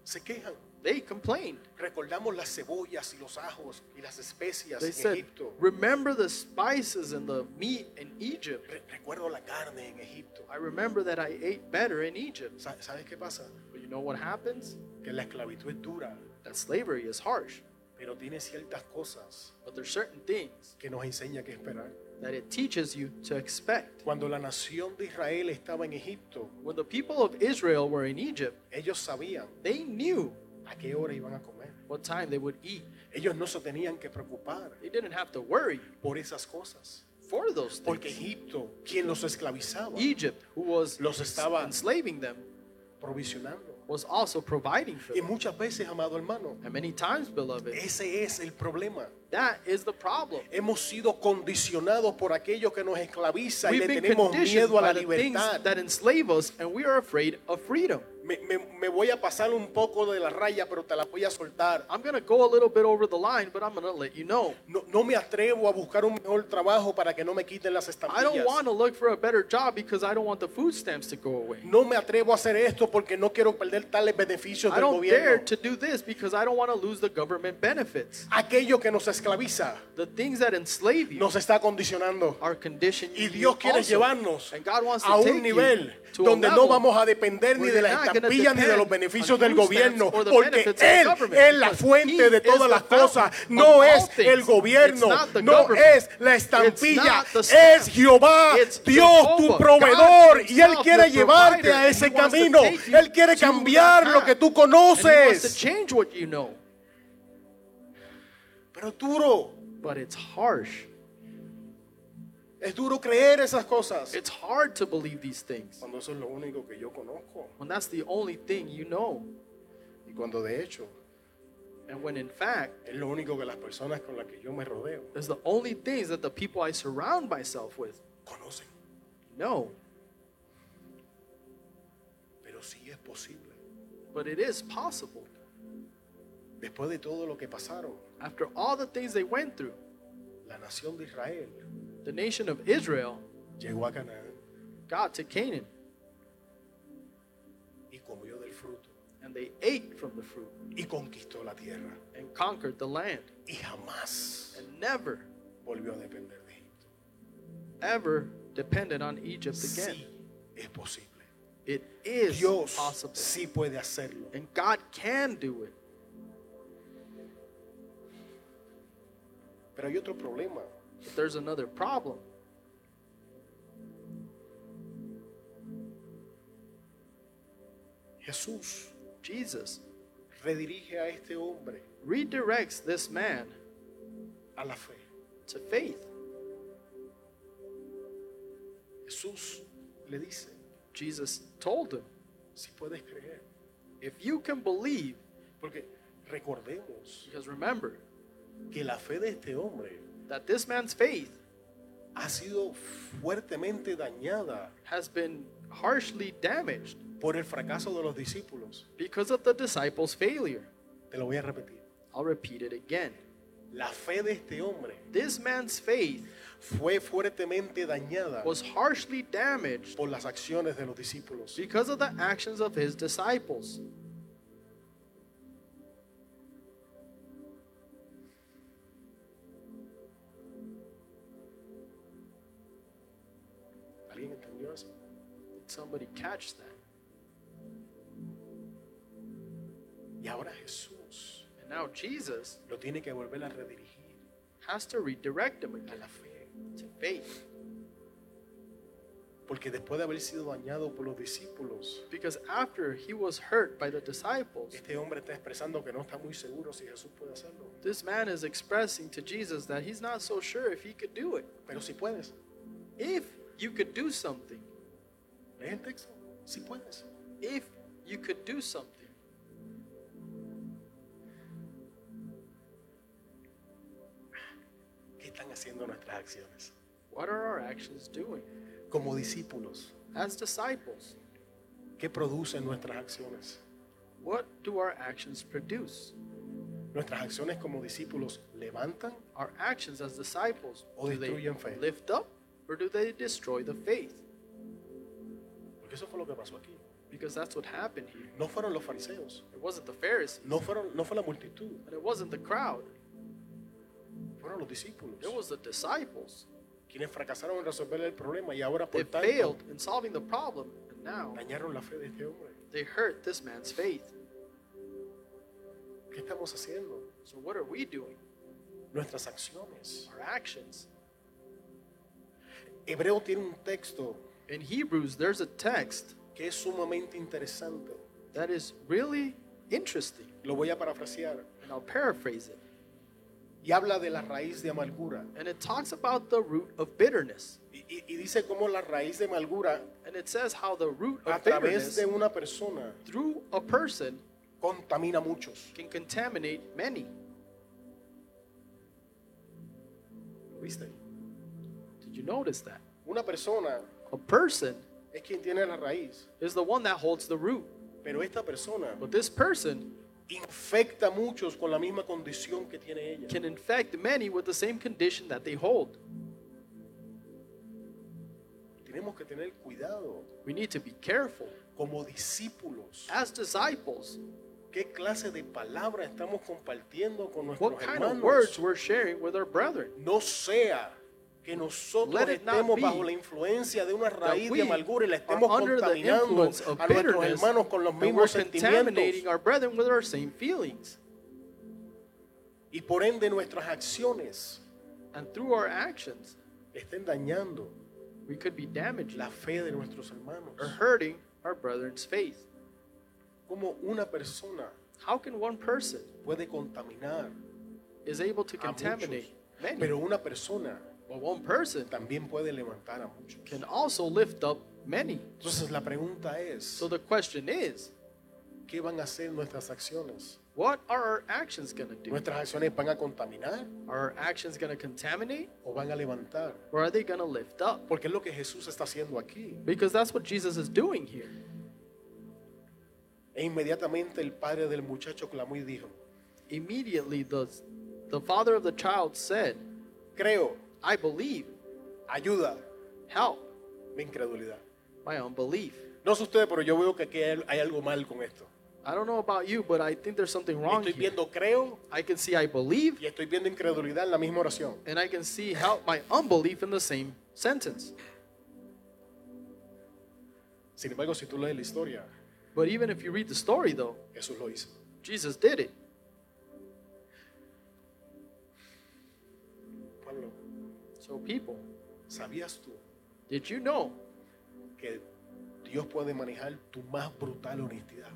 A: se quejan.
B: They complained.
A: Recordamos las cebollas y los ajos y las especias
B: They
A: en
B: said,
A: Egipto.
B: Remember the spices and the meat in Egypt.
A: Re- recuerdo la carne en Egipto.
B: I remember that I ate better in Egypt.
A: Sa- ¿Sabes qué pasa?
B: But you know what happens?
A: Que la esclavitud es dura,
B: That slavery is harsh,
A: pero tiene ciertas cosas
B: but there's certain things
A: que nos enseña que esperar.
B: that it teaches you to expect.
A: Cuando la nación de Israel estaba en Egipto,
B: When the people of Israel were in Egypt,
A: ellos sabían
B: they knew
A: a qué hora iban a comer.
B: what time they would eat.
A: Ellos no se tenían que preocupar
B: They didn't have to worry
A: por esas cosas.
B: for those
A: Porque
B: things.
A: Egipto, quien los esclavizaba,
B: Egypt, who was
A: Los estaba-
B: enslaving them,
A: provisionando.
B: was also providing for
A: Y
B: them.
A: muchas veces, amado hermano,
B: And many times, beloved,
A: ese es el problema.
B: that is the problem.
A: Hemos sido condicionados por aquellos que nos esclaviza y
B: We've
A: le
B: been
A: tenemos
B: conditioned
A: miedo a
B: by
A: la
B: the things
A: libertad.
B: that enslave us, and we are afraid of freedom.
A: Me, me- me voy a pasar un poco de la raya, pero te la voy a soltar.
B: I'm gonna go a little bit over the line, but I'm gonna let you know.
A: No, no me atrevo a buscar un mejor trabajo para que no me quiten las
B: I don't
A: estampillas.
B: want to look for a better job because I don't want the food stamps to go away.
A: No me atrevo a hacer esto porque no quiero perder tales beneficios
B: I
A: del
B: don't dare
A: gobierno.
B: to do this because I don't want to lose the government benefits.
A: Aquello que nos esclaviza
B: The things that enslave you
A: nos está condicionando.
B: are conditioned.
A: Y Dios quiere llevarnos
B: and God wants to
A: a un
B: take you
A: nivel
B: to a
A: donde no
B: level
A: vamos a depender ni
B: where
A: de
B: you're
A: las
B: not gonna
A: estampillas ni de
B: depend
A: los
B: on
A: beneficios del
B: food stamps
A: gobierno,
B: or the
A: porque
B: benefits of the
A: Él
B: government,
A: es la
B: because
A: fuente
B: He
A: de
B: is
A: todas
B: the
A: las
B: fountain
A: cosas,
B: of
A: no
B: all
A: es el
B: things. It's
A: gobierno,
B: not the
A: no
B: government.
A: es la estampilla,
B: It's not the
A: es Jehová,
B: It's
A: Dios tu
B: Jehovah,
A: proveedor,
B: God
A: y Él
B: himself,
A: quiere
B: your
A: llevarte
B: provider,
A: a
B: and
A: ese
B: He wants to
A: camino,
B: take you
A: Él quiere
B: to that
A: cambiar lo
B: path.
A: que tú
B: And he wants to
A: conoces,
B: change what you know,
A: pero duro,
B: but it's harsh.
A: Es duro creer esas cosas.
B: It's hard to believe these things
A: Cuando eso es lo único que yo conozco.
B: when that's the only thing you know,
A: Y cuando de hecho
B: and when in fact,
A: es lo único que las personas con las que yo me rodeo
B: it's the only things that the people I surround myself with
A: conocen.
B: know.
A: Pero sí es posible.
B: But it is possible.
A: Después de todo lo que pasaron,
B: After all the things they went through,
A: la nación de Israel
B: the nation of Israel
A: llegó a Canaán
B: got to Canaan
A: y comió del fruto
B: and they ate from the fruit
A: y conquistó la tierra
B: and conquered the land
A: y jamás
B: and never,
A: volvió a depender de Egipto.
B: ever depended on Egypt again.
A: Sí es posible.
B: It is
A: Dios
B: possible.
A: sí puede hacerlo.
B: And God can do it.
A: Pero hay otro problema.
B: But there's another problem.
A: Jesús
B: Jesus
A: redirige a este hombre
B: redirects this man
A: a la fe.
B: to faith.
A: Jesús le dice,
B: Jesus told him,
A: si puedes creer.
B: if you can believe,
A: Porque recordemos
B: because remember
A: que la fe de este hombre
B: that this man's faith
A: ha sido fuertemente dañada
B: has been harshly damaged
A: por el fracaso de los discípulos.
B: because of the disciples' failure.
A: Te lo voy a repetir.
B: I'll repeat it again.
A: La fe de este hombre
B: This man's faith
A: fue fuertemente dañada
B: was harshly damaged
A: por las acciones de los discípulos.
B: because of the actions of his disciples.
A: ¿Alguien entendió eso?
B: Did somebody catch that?
A: Y ahora Jesús
B: And now Jesus
A: lo tiene que volver a redirigir
B: has to redirect him
A: a
B: again
A: la fe.
B: to faith.
A: Porque después de haber sido dañado por los discípulos,
B: Because after he was hurt by the disciples,
A: este hombre está expresando que no está muy seguro si Jesús puede hacerlo.
B: this man is expressing to Jesus that he's not so sure if he could do it.
A: Pero si puedes.
B: If you could do something,
A: ¿Lees el texto? Si puedes.
B: if you could do something.
A: ¿Qué están haciendo nuestras acciones?
B: What are our actions doing?
A: Como discípulos,
B: As disciples,
A: ¿qué producen nuestras acciones?
B: what do our actions produce?
A: ¿Nuestras acciones como discípulos levantan
B: Our actions as disciples,
A: O
B: do they
A: destruyen fe.
B: lift up or do they destroy the faith?
A: Porque eso fue lo que pasó aquí.
B: Because that's what happened here.
A: No fueron los fariseos,
B: It wasn't the Pharisees,
A: no, fueron, no fue la multitud,
B: and it wasn't the crowd,
A: fueron los discípulos
B: it was the disciples.
A: quienes fracasaron en resolver el problema y ahora
B: They
A: por tanto
B: failed in solving the problem, and now
A: dañaron la fe de este hombre.
B: they hurt this man's faith.
A: ¿Qué estamos haciendo?
B: So, what are we doing?
A: Nuestras acciones.
B: Our actions.
A: Hebreo tiene un texto
B: In Hebrews, there's a text
A: que es sumamente interesante.
B: that is really interesting,
A: Lo voy a parafrasear.
B: and I'll paraphrase it.
A: Y habla de la raíz de amargura.
B: And it talks about the root of bitterness.
A: Y, y- y dice cómo la raíz de amargura
B: And it says how the root
A: a
B: of
A: través
B: bitterness
A: de una persona
B: through a person
A: contamina a muchos.
B: can contaminate many.
A: ¿Lo ¿Viste?
B: Did you notice that?
A: Una persona
B: A person
A: es quien tiene la raíz,
B: is the one that holds the root.
A: pero esta persona
B: But this person
A: infecta a muchos con la misma condición que tiene ella.
B: can infect many with the same condition that they hold.
A: Tenemos que tener cuidado
B: We need to be careful
A: como discípulos.
B: as disciples
A: ¿Qué clase de palabra estamos compartiendo con nuestros
B: what kind of words
A: hermanos?
B: we're sharing with our brethren.
A: No sea que nosotros
B: Let it not
A: estemos
B: be
A: bajo la influencia de una raíz de
B: we
A: amargura y la
B: are
A: estemos
B: under the
A: contaminando
B: influence of
A: a nuestros
B: bitterness,
A: hermanos con los
B: and we're
A: mismos
B: contaminating
A: sentimientos
B: our brethren with our same feelings.
A: y por ende nuestras acciones
B: And through our actions,
A: estén dañando
B: we could be damaging
A: la fe de nuestros hermanos.
B: or hurting our brethren's faith.
A: Como una persona
B: How can one person
A: puede contaminar
B: is able to
A: a muchos,
B: contaminate many?
A: pero una persona
B: But one person
A: también puede levantar a muchos.
B: can also lift up many.
A: Entonces la pregunta es,
B: So the question is,
A: ¿qué van a hacer nuestras acciones?
B: what are our actions going to do?
A: ¿Nuestras acciones van a contaminar
B: Are our actions going to contaminate
A: o van a levantar?
B: or are they going to lift up?
A: Porque es lo que Jesús está haciendo aquí.
B: Because that's what Jesus is doing here.
A: E inmediatamente el padre del muchacho clamó y dijo,
B: Immediately the the father of the child said,
A: creo,
B: "I believe,
A: ayuda
B: help
A: mi incredulidad.
B: my unbelief."
A: No sé ustedes, pero yo veo que aquí hay hay algo mal con esto.
B: I don't know about you, but I think there's something wrong
A: Estoy
B: here.
A: viendo creo
B: I can see I believe
A: y estoy viendo incredulidad en la misma oración.
B: and I can see help my unbelief in the same sentence.
A: Sin embargo, si tú lees la historia,
B: But even if you read the story though,
A: Jesús lo hizo.
B: Jesus did it.
A: Pablo,
B: So people,
A: ¿sabías tú
B: did you know
A: que Dios puede manejar tu más brutal honestidad?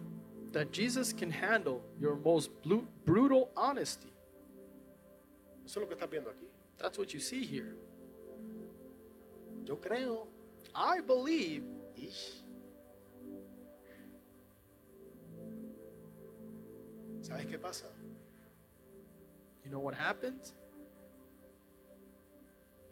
B: that Jesus can handle your most blu- brutal honesty?
A: Eso es lo que estás viendo aquí.
B: That's what you see here.
A: Yo creo.
B: I believe
A: Ish. ¿Sabes qué pasa?
B: you know what happens?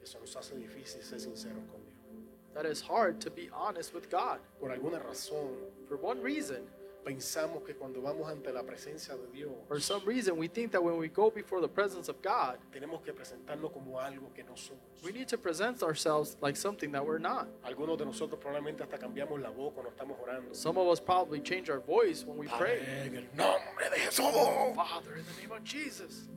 A: Eso nos hace difícil ser sinceros con Dios.
B: That it's hard to be honest with God.
A: Por alguna razón,
B: For one reason,
A: pensamos que cuando vamos ante la presencia de Dios,
B: for some reason, we think that when we go before the presence of God,
A: tenemos que presentarnos como algo que no somos.
B: we need to present ourselves like something that we're not.
A: Algunos de nosotros probablemente hasta cambiamos la voz cuando estamos orando.
B: Some of us probably change our voice when we pray.
A: Padre, en el nombre de Jesús.
B: Father, in the name of Jesus.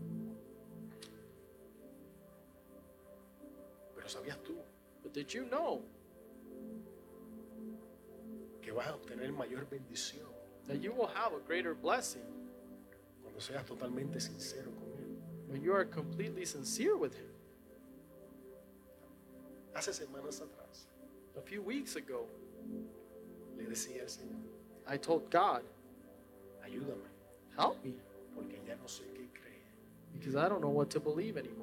A: Pero ¿sabías tú
B: But did you know
A: que vas a obtener mayor bendición
B: that you will have a greater blessing
A: cuando seas totalmente sincero con Él?
B: when you are completely sincere with Him?
A: Hace semanas atrás
B: A few weeks ago,
A: le decía al Señor,
B: I told God,
A: ayúdame,
B: Help me,
A: porque ya no sé qué creer.
B: because I don't know what to believe anymore.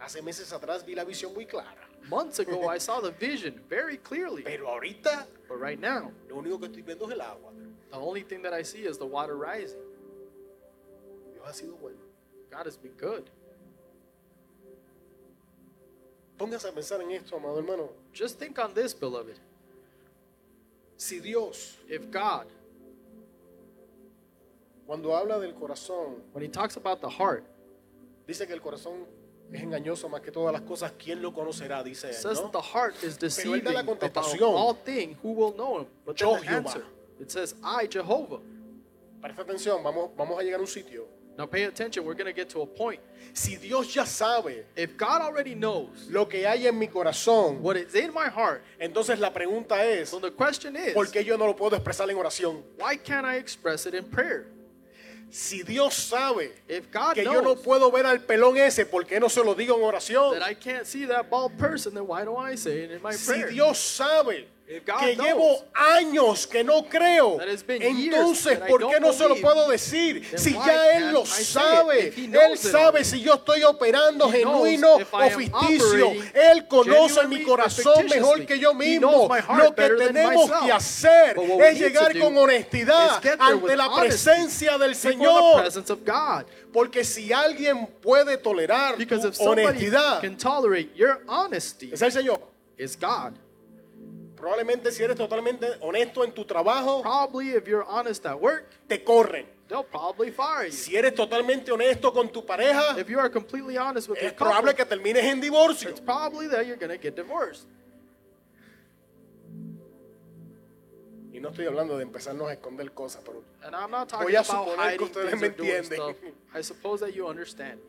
A: Hace meses atrás vi la visión muy clara,
B: Months ago, I saw the vision very clearly,
A: pero ahorita
B: but right now,
A: lo único que estoy viendo es el agua.
B: the only thing that I see is the water rising.
A: Dios ha sido bueno.
B: God has been good.
A: Póngase a pensar en esto, amado hermano.
B: Just think on this, beloved.
A: Si Dios,
B: If God,
A: cuando habla del corazón,
B: when He talks about the heart,
A: dice que el corazón es engañoso más que todas las cosas, ¿quién lo conocerá? Dice él,
B: says
A: ¿no?
B: that the heart
A: Pero
B: is
A: él
B: deceiving
A: da la
B: about
A: contestación.
B: all things, who will know Him? But then
A: Yo,
B: the answer, it says, I, Jehovah.
A: Presta atención, vamos, vamos a llegar a un sitio.
B: Now pay attention, we're going to get to a point.
A: Si Dios ya sabe
B: If God already knows
A: lo que hay en mi corazón,
B: what is in my heart,
A: entonces la pregunta es,
B: so the question is,
A: ¿por qué yo no lo puedo expresar en oración?
B: why can't I express it in prayer?
A: Si Dios sabe
B: If God
A: que yo no
B: knows
A: puedo ver al pelón ese, ¿por qué no se lo digo en oración?
B: that I can't see that bald person, then why do I say it in my
A: Si
B: prayer?
A: Dios sabe
B: If God
A: que
B: knows
A: llevo años que no creo,
B: that it's been years
A: entonces
B: that I
A: ¿por qué
B: don't
A: no se lo
B: believe,
A: puedo decir?
B: then
A: Si
B: why
A: ya Él
B: can't
A: lo
B: I say it?
A: sabe,
B: If He
A: Él
B: knows it
A: sabe
B: already.
A: si yo estoy operando
B: He knows
A: genuino
B: if
A: o
B: I am
A: ficticio.
B: operating
A: Él conoce mi
B: genuinely
A: corazón
B: or
A: mejor
B: fictitiously.
A: que yo
B: He
A: mismo.
B: knows my heart
A: Lo que
B: better than
A: tenemos
B: myself.
A: que hacer
B: But what we
A: es
B: need to
A: llegar
B: do
A: con honestidad
B: is get there
A: ante
B: with
A: la
B: honesty
A: presencia del
B: Before the
A: Señor.
B: presence of God.
A: Porque si alguien puede tolerar tu
B: Because if somebody
A: honestidad,
B: can tolerate your honesty,
A: es el Señor.
B: it's God.
A: Probablemente si eres totalmente honesto en tu trabajo,
B: Probably if you're honest at work,
A: te corren.
B: they'll probably fire you.
A: Si eres totalmente honesto con tu pareja,
B: If you are completely honest with your
A: es probable que
B: couple,
A: termines en divorcio.
B: it's probably that you're going to get divorced.
A: Y no estoy hablando de empezarnos a esconder cosas, pero
B: And I'm not talking
A: a
B: about
A: suponer que
B: hiding
A: ustedes
B: things
A: me
B: or doing
A: entienden.
B: stuff. I suppose that you understand.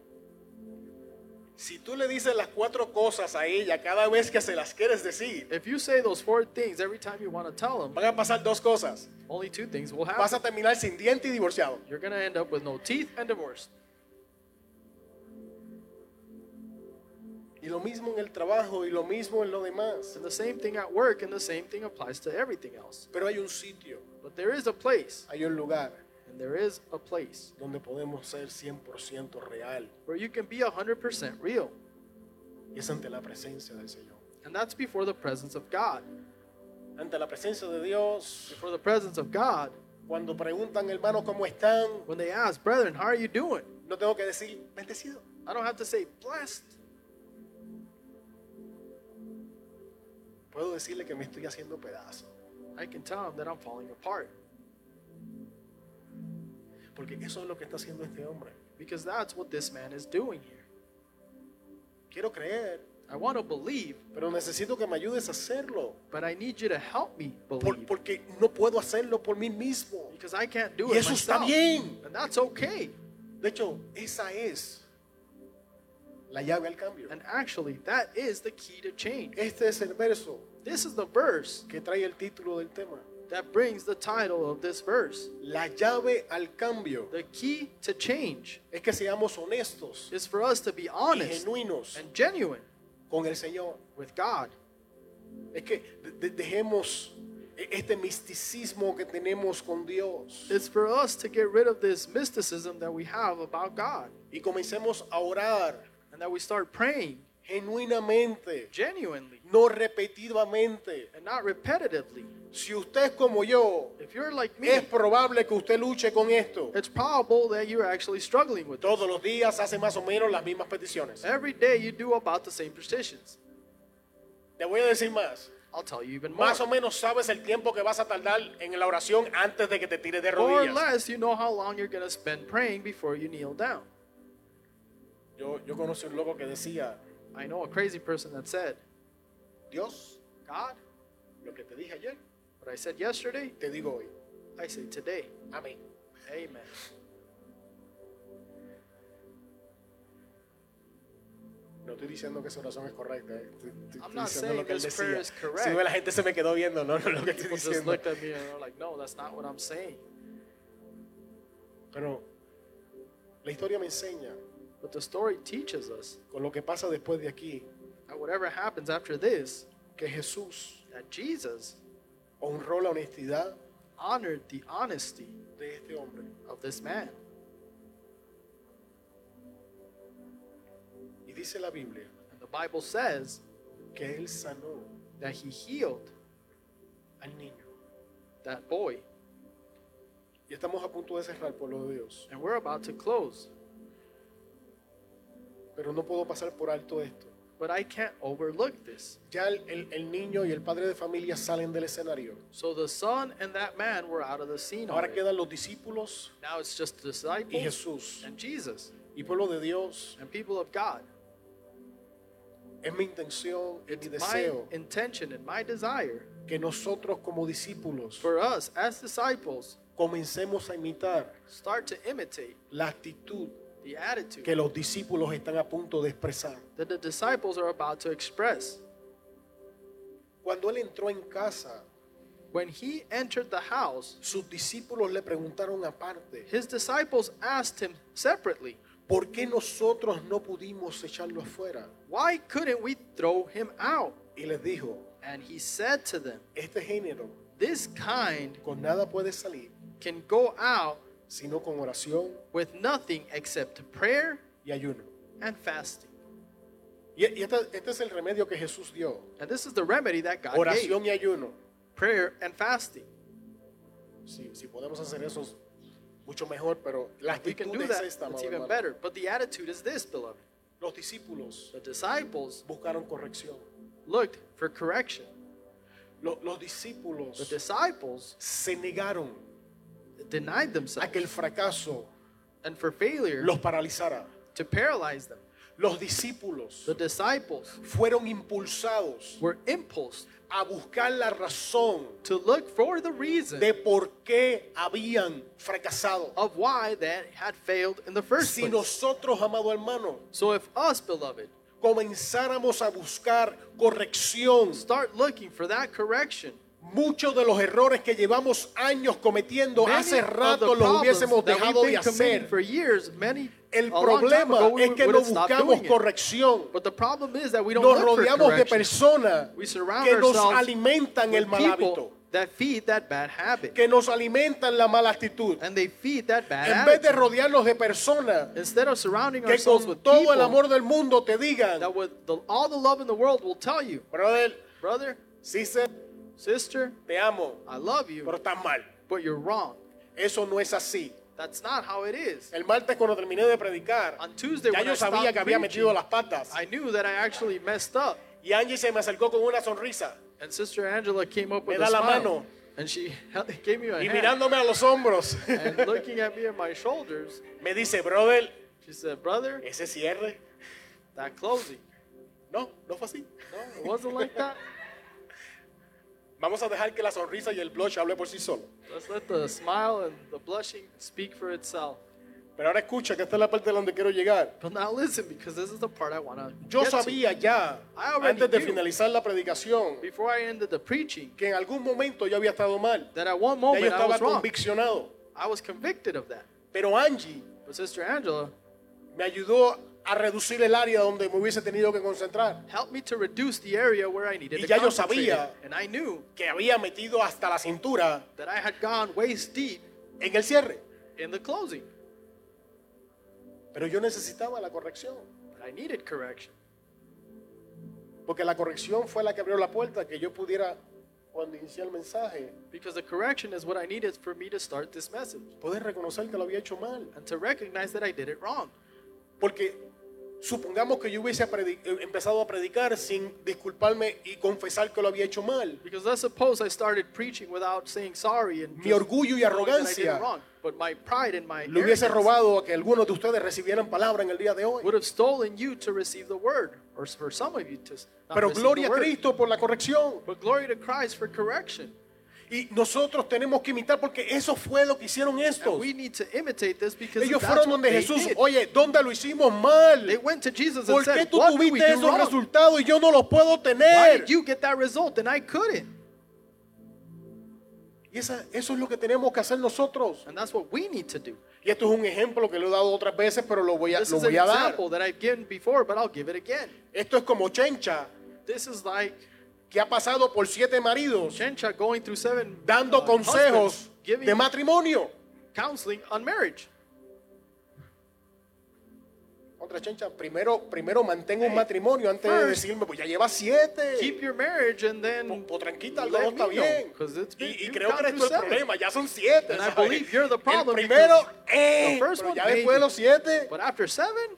A: si tú le dices las cuatro cosas a ella cada vez que se las quieres decir,
B: If you say those four things every time you want to tell them,
A: van a pasar dos cosas.
B: only two things will happen.
A: Vas a terminar sin diente y divorciado.
B: You're going to end up with no teeth and divorced.
A: Y lo mismo en el trabajo y lo mismo en lo demás.
B: And the same thing at work, and the same thing applies to everything else.
A: Pero hay un sitio,
B: But there is a place,
A: hay un lugar
B: and there is a place
A: donde podemos ser 100% real
B: where you can be 100% real
A: Y es ante la presencia del Señor.
B: And that's before the presence of God.
A: Ante la presencia de Dios,
B: Before the presence of God,
A: cuando preguntan, hermano, ¿cómo están?
B: when they ask, Brethren, how are you doing?
A: No tengo que decir, bendecido.
B: I don't have to say blessed.
A: Puedo decirle que me estoy haciendo pedazo.
B: I can tell them that I'm falling apart
A: Porque eso es lo que está haciendo este hombre.
B: because that's what this man is doing here.
A: Quiero creer,
B: I want to believe,
A: pero necesito que me ayudes a hacerlo.
B: but I need you to help me
A: Por-
B: believe
A: porque no puedo hacerlo por mí mismo.
B: because I can't do
A: Y
B: it
A: eso está
B: myself.
A: bien.
B: And that's okay.
A: De hecho, esa es la llave al cambio.
B: And actually, that is the key to change.
A: Este es el verso
B: This is the verse
A: que trae el título del tema.
B: that brings the title of this verse.
A: La llave al cambio
B: The key to change
A: es que seamos honestos
B: is for us to be
A: y
B: honest
A: genuinos
B: and genuine
A: con el Señor.
B: with God.
A: Es que de- de- dejemos e- este misticismo que tenemos con Dios
B: It's for us to get rid of this mysticism that we have about God
A: y comencemos a orar
B: and that we start praying
A: genuinamente,
B: genuinely
A: no repetidamente.
B: and not repetitively.
A: Si usted es como yo,
B: If you're like me,
A: es probable que usted luche con esto.
B: it's probable that you're actually struggling with it.
A: Todos los días hace más o menos las mismas peticiones.
B: Every day you do about the same petitions.
A: Te voy a decir más.
B: I'll tell you even more.
A: Más o menos sabes el tiempo que vas a tardar en la oración antes de que te tires de
B: More or
A: rodillas.
B: less, you know how long you're going to spend praying before you kneel down.
A: Yo, yo conocí un loco que decía,
B: I know a crazy person that said,
A: Dios,
B: God,
A: lo que te dije ayer,
B: what I said yesterday,
A: te digo hoy.
B: I say today.
A: Amén.
B: Amen.
A: No estoy diciendo que esa oración es correcta. eh. Estoy, estoy-
B: I'm
A: estoy
B: not
A: diciendo lo
B: saying
A: que él
B: this prayer
A: decía.
B: is correct.
A: Si ve, la gente se me quedó viendo, no, no es lo que estoy
B: People just
A: diciendo.
B: looked at me and they're like, no, that's not what I'm saying.
A: Pero la historia me enseña
B: But the story teaches us
A: con lo que pasa después de aquí,
B: that whatever happens after this,
A: que Jesús
B: that Jesus
A: honró la honestidad
B: honored the honesty
A: de este hombre.
B: of this man.
A: Y dice la Biblia
B: And the Bible says
A: que él sanó
B: that he healed
A: al niño.
B: that boy.
A: Y estamos a punto de cerrar, pueblo de Dios.
B: And we're about to close.
A: Pero no puedo pasar por alto esto.
B: But I can't overlook this.
A: Ya el, el- el niño y el padre de familia salen del escenario.
B: So the son and that man were out of the scene
A: Ahora
B: already.
A: quedan los discípulos
B: Now it's just the
A: y
B: disciples
A: Jesús.
B: and Jesus
A: Y pueblo de Dios,
B: and people of God.
A: es mi intención y mi
B: It's my
A: deseo
B: intention and my desire
A: que nosotros como discípulos
B: for us as disciples
A: comencemos a imitar
B: start to imitate
A: la actitud
B: the attitude
A: que los discípulos están a punto de expresar.
B: that the disciples are about to express.
A: Cuando él entró en casa,
B: When he entered the house,
A: sus discípulos le preguntaron aparte,
B: his disciples asked him separately,
A: ¿por qué nosotros no pudimos echarlo afuera?
B: Why couldn't we throw him out?
A: Y les dijo,
B: And he said to them,
A: este género
B: This kind
A: con nada puede salir,
B: can go out
A: sino con oración
B: with nothing except prayer
A: y ayuno.
B: and fasting.
A: Y, y este, este es el remedio que Jesús dio.
B: And this is the remedy that God gave
A: Oración y ayuno.
B: prayer and fasting.
A: Si, si podemos hacer eso, es mucho mejor, pero la
B: If we can
A: actitud
B: do
A: es
B: that,
A: esta, amado
B: it's even
A: hermano.
B: better. But the attitude is this, beloved.
A: Los discípulos
B: The disciples
A: buscaron corrección.
B: looked for correction.
A: Lo- Los,
B: The
A: discípulos
B: disciples
A: se negaron
B: denied
A: a que el
B: themselves
A: fracaso
B: and for failure
A: los paralizara.
B: to paralyze them.
A: Los discípulos
B: The disciples
A: fueron impulsados
B: were impulsed
A: a buscar la razón
B: to look for the reason
A: de por qué habían fracasado.
B: of pues. why that had failed in the first
A: Si
B: place.
A: nosotros, amado hermano,
B: So if us, beloved,
A: comenzáramos a buscar corrección,
B: start looking for that correction,
A: muchos de los errores que llevamos años cometiendo
B: many
A: hace
B: of the
A: rato los
B: problems
A: hubiésemos
B: that
A: dejado
B: we've
A: de
B: been committing
A: hacer.
B: for years, many
A: El
B: a long time ago,
A: problema
B: we
A: es que no
B: wouldn't stop
A: buscamos
B: doing it.
A: corrección.
B: But the problem is that we don't
A: Nos
B: look for
A: rodeamos de
B: correction.
A: personas
B: We surround
A: que nos
B: ourselves
A: alimentan el
B: with
A: mal
B: people
A: hábito.
B: that feed that bad habit
A: que nos alimentan la mala actitud.
B: and they feed that bad
A: En vez de
B: habit.
A: rodearnos de personas
B: Instead of surrounding
A: que
B: ourselves
A: con
B: with
A: todo el
B: people
A: amor del mundo te digan,
B: that with the, all the love in the world will tell you,
A: brother,
B: brother,
A: sí sé,
B: sister,
A: te amo,
B: I love
A: pero
B: you,
A: estás mal.
B: but you're wrong.
A: Eso no es así.
B: That's not how it is.
A: El martes cuando terminé de predicar,
B: On Tuesday
A: ya
B: when I
A: yo sabía que
B: stopped
A: había metido
B: preaching,
A: las patas.
B: I knew that I actually messed up.
A: Y Angie se me acercó con una sonrisa
B: And Sister Angela came up
A: Me
B: with
A: da
B: a
A: la
B: smile.
A: mano.
B: And she held- gave me a
A: y
B: hand.
A: mirándome a los hombros
B: And looking at me at my shoulders,
A: me dice, brother,
B: she said, brother,
A: ese cierre,
B: that closing.
A: no, no fue así.
B: No, it wasn't like that.
A: Vamos a dejar que la sonrisa y el blush hable por sí solo.
B: Let's let the smile and the blushing speak for itself.
A: Pero ahora escucha que esta es la parte donde quiero llegar.
B: But now listen, because this is the part I want to
A: Yo
B: get
A: sabía ya,
B: I already
A: antes de
B: knew.
A: finalizar la predicación,
B: to. Before I ended the preaching,
A: que en algún momento yo había estado mal.
B: that at
A: Ya yo
B: one moment I
A: estaba
B: was wrong.
A: conviccionado.
B: I was convicted of that.
A: Pero Angie
B: But Sister Angela
A: me ayudó a reducir el área donde me hubiese tenido que concentrar.
B: helped me to reduce the area where I needed
A: Y
B: to
A: ya yo
B: concentrate.
A: sabía.
B: And I knew
A: Que había metido hasta la cintura
B: that I had gone waist deep
A: en el cierre.
B: in the closing.
A: Pero yo necesitaba la corrección.
B: But I needed correction.
A: Porque la corrección fue la que abrió la puerta que yo pudiera, cuando inicié el mensaje,
B: Because the correction is what I needed for me to start this message
A: poder reconocer que lo había hecho mal.
B: and to recognize that I did it wrong.
A: Porque supongamos que yo hubiese predi- eh, empezado a predicar sin disculparme y confesar que lo había hecho mal.
B: Because let's suppose I started preaching without saying sorry and
A: Mi
B: just
A: orgullo y
B: knowing that I did
A: arrogancia
B: it wrong. But my pride and my
A: Le hubiese
B: arrogance
A: robado a que algunos de ustedes recibieran palabra en el día de hoy.
B: would have stolen you to receive the word, or for some of you to s- not
A: Pero
B: receive
A: gloria a
B: the word.
A: Cristo por la corrección.
B: But glory to Christ for correction.
A: Y nosotros tenemos que imitar porque eso fue lo que hicieron
B: And
A: estos.
B: we need to imitate this because
A: Ellos
B: that's
A: fueron
B: what
A: donde
B: they
A: Jesús,
B: did.
A: oye, ¿dónde lo hicimos
B: They
A: mal?
B: went to Jesus and
A: ¿Por qué
B: said,
A: tú
B: "What did we
A: tuviste
B: do
A: esos
B: wrong?
A: resultados y yo no los puedo
B: Why
A: tener?
B: did you get that result and I couldn't?"
A: Y esa- eso es lo que tenemos que hacer nosotros.
B: And that's what we need to do.
A: Y esto es un ejemplo que lo he dado otras veces, pero lo voy a,
B: This
A: lo
B: is an
A: voy a dar.
B: example that I've given before, but I'll give it again.
A: Esto es como Chencha,
B: This is like
A: que ha pasado por siete maridos,
B: Shencha going through seven
A: dando
B: uh,
A: consejos
B: husbands, giving
A: de matrimonio.
B: counseling on marriage.
A: Otra Chencha, primero, primero mantén un
B: Hey,
A: matrimonio antes de
B: first,
A: decirme, pues ya lleva siete.
B: Keep your marriage and then
A: Po- Potranquita, algo no
B: let
A: está
B: me know,
A: bien.
B: 'cause it's been-
A: Y, y
B: you've
A: creo que
B: gone
A: eres
B: through
A: tú el
B: seven.
A: problema, ya son siete.
B: And I
A: ¿sabes?
B: believe you're the problem
A: el primero,
B: because
A: eh,
B: the first
A: pero
B: one,
A: ya después de
B: maybe.
A: los siete,
B: But after seven,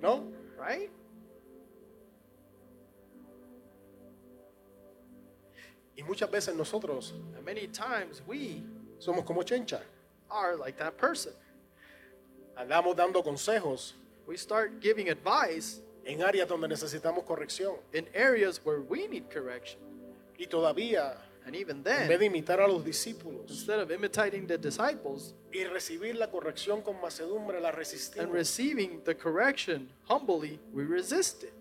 A: ¿no?
B: right?
A: Y muchas veces nosotros
B: And many times we
A: somos como chencha.
B: are like that person.
A: Andamos dando consejos
B: We start giving advice
A: en áreas donde necesitamos corrección.
B: in areas where we need correction.
A: Y todavía,
B: And even
A: en vez de
B: then,
A: imitar a los discípulos
B: instead of imitating the disciples
A: y recibir la corrección con macedumbre, la
B: and
A: resistimos.
B: receiving the correction humbly, we resist it.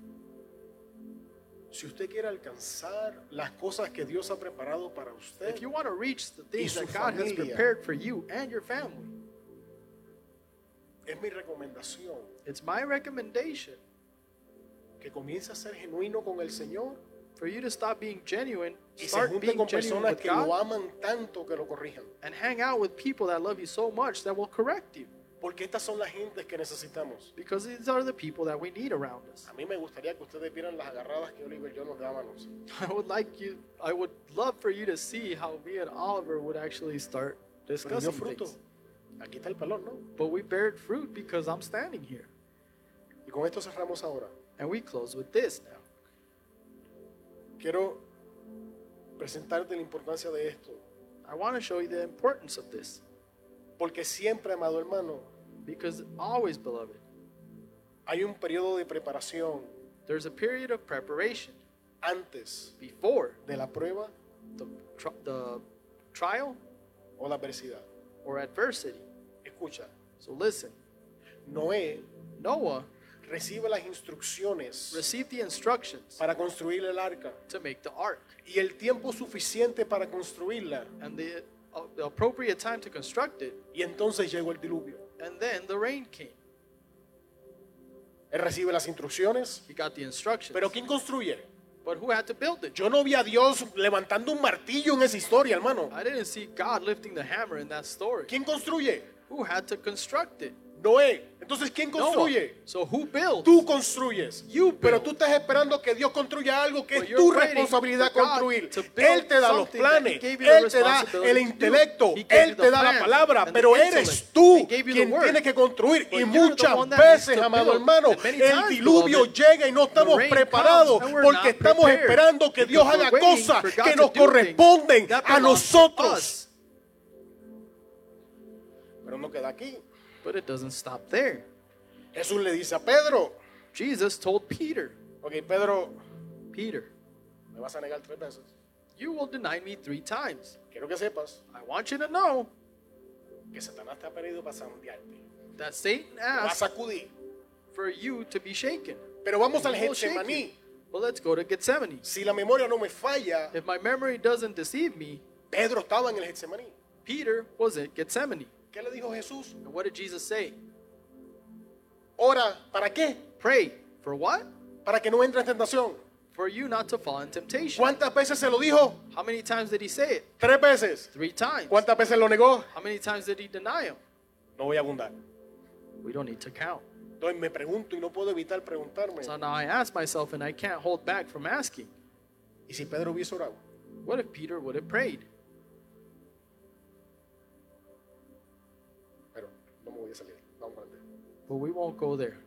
A: Si usted quiere alcanzar las cosas que Dios ha preparado para usted,
B: If you want to reach the things
A: su
B: that God has
A: familia.
B: prepared for you and your family,
A: es mi recomendación
B: it's my recommendation
A: que comience a ser genuino con el Señor
B: for you to stop being genuine,
A: y se
B: start
A: junte
B: being
A: con
B: genuine
A: personas
B: with
A: que lo
B: God,
A: aman tanto que lo corrijan.
B: and hang out with people that love you so much that will correct you.
A: Porque estas son las gentes que necesitamos.
B: Because these are the people that we need around us.
A: A mí me gustaría que ustedes vieran las agarradas que Oliver y yo nos dábamos.
B: I would like you, I would love for you to see how me and Oliver would actually start
A: Pero dio
B: discussing
A: fruto.
B: things.
A: Aquí está el pelón, ¿no?
B: But we bared fruit because I'm standing here.
A: Y con esto cerramos ahora.
B: And we close with this now.
A: Quiero presentarte la importancia de esto.
B: I want to show you the importance of this.
A: Porque siempre, amado hermano,
B: Because always, beloved,
A: hay un periodo de preparación
B: there's a period of preparation
A: antes
B: before
A: de la prueba
B: the, tr- the trial
A: o la adversidad.
B: or adversity.
A: Escucha,
B: So listen,
A: Noé
B: Noah
A: recibe las instrucciones
B: received the instructions
A: para construir el arca
B: to make the ark,
A: y el tiempo suficiente para construirla
B: and the, uh, the appropriate time to construct it,
A: y entonces llegó el diluvio.
B: and then the rain came.
A: Él recibe las instrucciones,
B: He got the instructions.
A: pero ¿quién construye?
B: But who had to build it?
A: Yo no vi a Dios levantando un martillo en esa historia, hermano.
B: I didn't see God lifting the hammer in that story.
A: ¿Quién construye?
B: Who had to construct it?
A: Noé. Entonces, ¿quién
B: No one.
A: construye?
B: So who built?
A: Tú construyes.
B: You build.
A: Pero tú estás esperando que Dios construya algo que
B: But
A: es
B: you're
A: tu
B: waiting
A: responsabilidad
B: for God
A: construir.
B: to build
A: Él te da los
B: something that
A: planes,
B: he gave you the
A: Él te da
B: responsibility
A: el
B: to do.
A: intelecto,
B: He gave
A: Él
B: you the
A: te da la
B: plans
A: palabra,
B: and the
A: pero
B: intellect.
A: eres
B: He
A: tú
B: gave you the
A: quien
B: word.
A: tiene que construir.
B: But
A: y
B: you're the
A: muchas
B: one that needs
A: veces,
B: to
A: amado
B: build.
A: hermano,
B: And many
A: el
B: times,
A: diluvio
B: beloved,
A: llega y no estamos
B: rain
A: preparados
B: comes and we're
A: porque
B: not
A: estamos
B: prepared
A: esperando que
B: because
A: Dios
B: we're
A: haga
B: waiting
A: cosas
B: for God
A: que
B: to
A: nos
B: do things
A: corresponden
B: that
A: a
B: belongs to
A: nosotros.
B: us.
A: Pero no queda aquí.
B: But it doesn't stop there.
A: Jesús le dice a Pedro,
B: Jesus told Peter,
A: ok Pedro,
B: Peter,
A: me vas a negar tres veces.
B: you will deny me three times.
A: Quiero que sepas
B: I want you to know
A: que Satanás te ha pedido para sandearte.
B: that Satan
A: Te va a
B: asked
A: sacudir.
B: for you to be shaken.
A: Pero vamos al
B: You will shake you.
A: Getsemaní.
B: Well, let's go to Gethsemane.
A: Si la memoria no me falla,
B: If my memory doesn't deceive me,
A: Pedro estaba en el Getsemaní.
B: Peter was at Gethsemane.
A: ¿Qué le dijo Jesús?
B: And what did Jesus say?
A: Ora, ¿para qué?
B: Pray. For what?
A: Para que no entre en tentación.
B: For you not to fall in temptation.
A: ¿Cuántas veces se lo dijo?
B: How many times did he say it?
A: Tres veces.
B: Three times.
A: ¿Cuántas veces lo negó?
B: How many times did he deny him?
A: No voy a abundar.
B: We don't need to count.
A: Entonces me pregunto y no puedo evitar preguntarme.
B: So now I ask myself, and I can't hold back from asking,
A: ¿Y si Pedro hubiese orado?
B: what if Peter would have prayed?
A: Pero no me voy a salir. Vamos para adelante.
B: But we won't go there.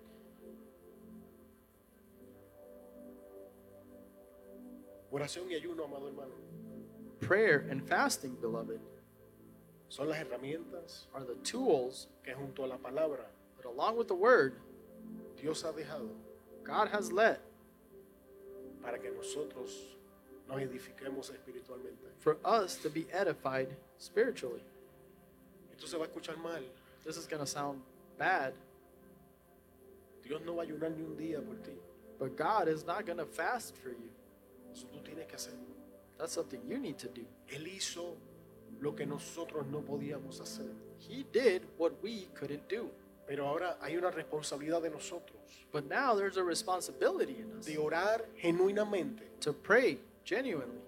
A: Oración y ayuno, amado hermano,
B: Prayer and fasting, beloved,
A: son las herramientas
B: are the tools
A: que junto a la palabra
B: that, along with the word,
A: Dios ha dejado
B: God has let
A: para que nosotros nos edifiquemos espiritualmente.
B: for us to be edified spiritually.
A: Esto se va a escuchar mal.
B: This is going to sound bad,
A: Dios no va a ayunar ni un día por ti.
B: but God is not going to fast for you.
A: Eso tú tienes que hacer.
B: That's something you need to do.
A: Él hizo lo que nosotros no podíamos hacer.
B: He did what we couldn't do.
A: Pero ahora hay una responsabilidad de nosotros
B: But now there's a responsibility in us
A: de orar genuinamente,
B: to pray genuinely,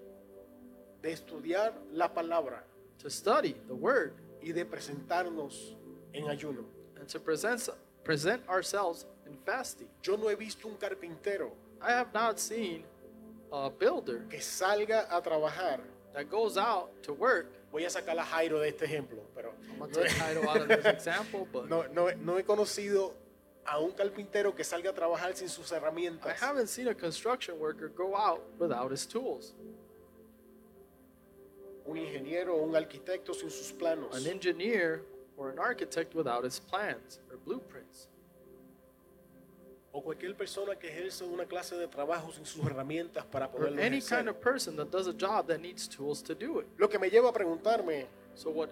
A: de estudiar la palabra
B: to study the word,
A: y de presentarnos en ayuno.
B: and to present, present ourselves in fasting.
A: Yo no he visto un carpintero
B: I have not seen a builder
A: que salga a trabajar.
B: that goes out to work.
A: Voy a sacar a Jairo de este ejemplo, pero
B: I'm going to take title out of this example, but
A: No, no, no he conocido a un carpintero que salga a trabajar sin sus
B: I
A: herramientas.
B: haven't seen a construction worker go out without his tools,
A: Un ingeniero o un arquitecto sin sus planos.
B: an engineer or an architect without his plans or blueprints,
A: O cualquier persona que ejerce una clase de trabajo sin sus herramientas para
B: or
A: poderlo
B: any
A: ejercer.
B: kind of person that does a job that needs tools to do it.
A: Lo que me lleva a preguntarme,
B: So what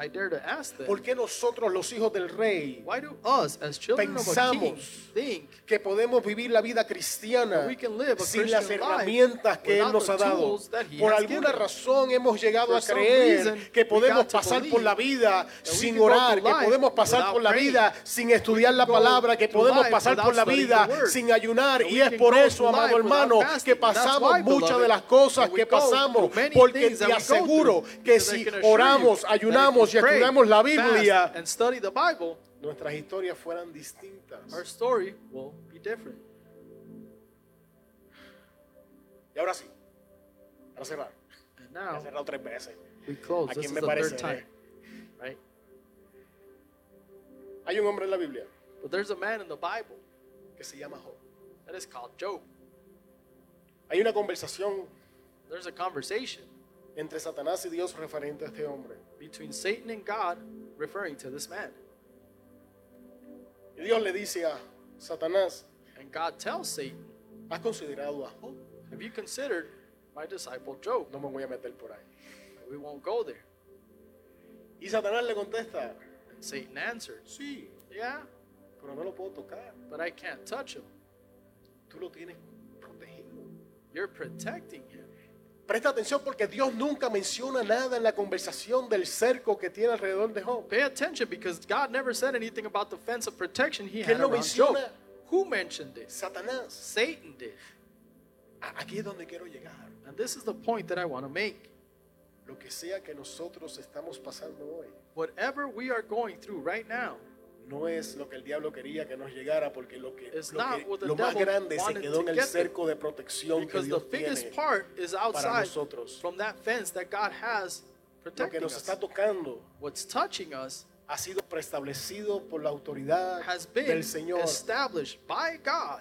B: I dare to ask them,
A: ¿por qué nosotros los hijos del rey,
B: why do us as children of a king
A: Pensamos
B: think
A: que podemos vivir la vida
B: that
A: cristiana
B: we can live a
A: sin
B: Christian
A: las
B: life
A: herramientas que Él
B: without
A: nos
B: the
A: ha dado?
B: tools that he
A: Por
B: has
A: alguna
B: given us?
A: razón hemos llegado
B: For
A: a
B: some reason,
A: creer que
B: we
A: podemos
B: got to
A: pasar
B: believe
A: por la vida
B: that we
A: sin
B: can go
A: orar,
B: through
A: que
B: life
A: podemos pasar
B: without
A: por la
B: praying.
A: vida sin estudiar la
B: go
A: palabra, que
B: through
A: podemos
B: life
A: pasar por
B: without
A: la
B: studying
A: vida
B: the word?
A: sin ayunar.
B: That
A: Y
B: we
A: es
B: can
A: por
B: go
A: eso,
B: through
A: amado
B: life without
A: hermano, que
B: fasting. That's
A: pasamos
B: why,
A: muchas
B: beloved,
A: de las cosas
B: that we
A: que
B: go through
A: pasamos,
B: many
A: porque
B: things that
A: te
B: we go
A: aseguro
B: through,
A: que
B: so that I
A: si
B: can assure you
A: oramos,
B: that if we
A: ayunamos y
B: pray,
A: estudiamos la
B: fast,
A: Biblia,
B: and study the Bible,
A: nuestras historias fueran
B: our
A: distintas.
B: story will be different.
A: Y ahora sí, para cerrar,
B: And
A: ya he
B: now
A: cerrado tres veces.
B: we close.
A: ¿A
B: This
A: quién
B: is
A: me
B: the third
A: parece?
B: time, right?
A: Hay un hombre en la Biblia
B: But there's a man in the Bible
A: que se llama Job.
B: that is called Job.
A: Hay una conversación
B: There's a conversation
A: entre Satanás y Dios referente a este hombre.
B: between Satan and God referring to this man.
A: Y Dios le dice a Satanás,
B: And God tells Satan,
A: ¿has considerado a Job?
B: Have you considered my disciple Job?
A: No me voy a meter por ahí.
B: We won't go there.
A: Y Satanás le contesta,
B: And Satan answers,
A: sí,
B: Yeah,
A: pero no lo puedo tocar.
B: but I can't touch him.
A: Tú lo tienes protegido.
B: You're protecting him.
A: Presta atención porque Dios nunca menciona nada en la conversación del cerco que tiene alrededor de Job.
B: Pay attention because God never said anything about the fence of protection he
A: ¿Quién
B: had
A: lo
B: around
A: menciona?
B: Job. Who mentioned this?
A: Satanás.
B: Satan did.
A: A- Aquí es donde quiero llegar.
B: And this is the point that I want to make.
A: Lo que sea que nosotros estamos pasando hoy,
B: Whatever we are going through right now
A: no es lo que el diablo quería que nos llegara, porque lo, que,
B: It's
A: lo,
B: not
A: que-
B: what the
A: lo más
B: devil
A: grande se
B: wanted
A: quedó en
B: to
A: el
B: get there.
A: cerco de protección que
B: because the
A: Dios tiene.
B: biggest part is outside
A: nosotros.
B: from that fence that God has
A: Lo que
B: protecting
A: nos
B: us.
A: está tocando
B: What's touching us
A: ha sido preestablecido por la autoridad
B: has been
A: del Señor.
B: established by God,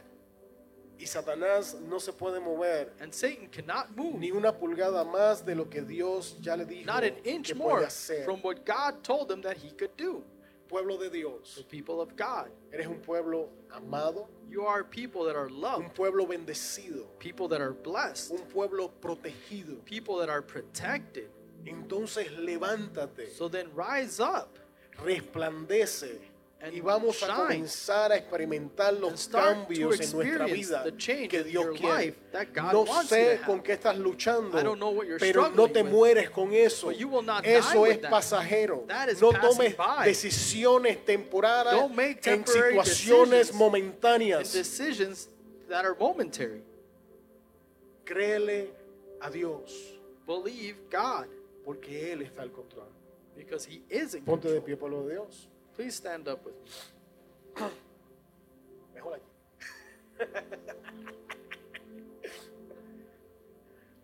A: Y Satanás no se puede mover
B: and Satan cannot move
A: ni una pulgada más de lo que Dios ya le dijo
B: not an
A: que
B: inch
A: puede
B: more
A: hacer.
B: from what God told them that he could do.
A: Pueblo de
B: The
A: Dios,
B: people of God,
A: eres un pueblo amado,
B: you are people that are
A: un
B: loved,
A: pueblo bendecido,
B: people that are blessed,
A: un pueblo protegido.
B: people that are protected.
A: Entonces levántate,
B: So then rise up
A: resplandece
B: And
A: y vamos a
B: shine.
A: comenzar a experimentar
B: And
A: los
B: start
A: cambios
B: to
A: en nuestra
B: experience
A: vida
B: the change
A: que
B: in
A: Dios
B: your
A: quiere.
B: life that God
A: No
B: wants you
A: sé
B: to
A: con
B: have.
A: qué estás luchando,
B: I don't know what you're
A: pero no
B: struggling
A: te
B: with,
A: mueres con eso.
B: but you will not
A: Eso
B: die
A: es
B: with that.
A: pasajero.
B: That is
A: No
B: passing
A: tomes
B: by.
A: decisiones temporarias
B: Don't make
A: en
B: temporary
A: situaciones
B: decisions and
A: momentáneas.
B: decisions that are momentary.
A: Créele a Dios,
B: Believe God
A: porque Él está al control.
B: because he is in
A: Ponte de
B: control.
A: pie, pueblo de Dios.
B: Please stand up with me.
A: Mejor aquí.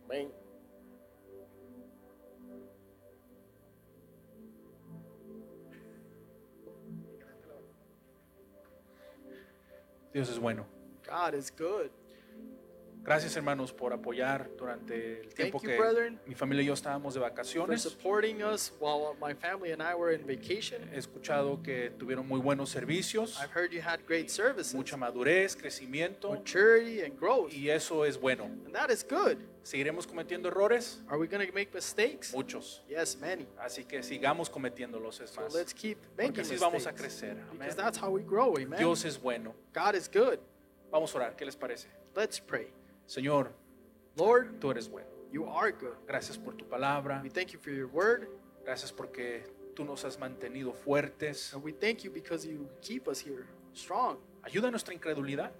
A: Amén.
C: Dios es bueno.
B: God is good.
C: Gracias hermanos por apoyar durante el tiempo
B: you,
C: que
B: brethren,
C: mi familia y yo estábamos de
B: For
C: vacaciones.
B: supporting us while my family and I were in vacation.
C: He escuchado que tuvieron muy buenos servicios,
B: I've heard you had great services,
C: mucha madurez, crecimiento
B: maturity, and growth,
C: y eso es bueno.
B: and that is good.
C: ¿Seguiremos cometiendo errores?
B: Are we going to make mistakes?
C: Muchos.
B: Yes, many.
C: Así que sigamos cometiénlos es
B: So
C: más.
B: let's keep
C: Porque
B: making
C: así
B: mistakes.
C: vamos a crecer. Amén.
B: Because that's how we grow, amen.
C: Dios es bueno.
B: God is good.
C: Vamos a orar. ¿Qué les parece?
B: Let's pray.
C: Señor,
B: Lord,
C: tú eres bueno.
B: you are good.
C: Gracias por tu palabra.
B: We thank you for your word,
C: Gracias porque tú nos has mantenido fuertes.
B: and we thank you because you keep us here strong.
C: Ayuda a nuestra incredulidad.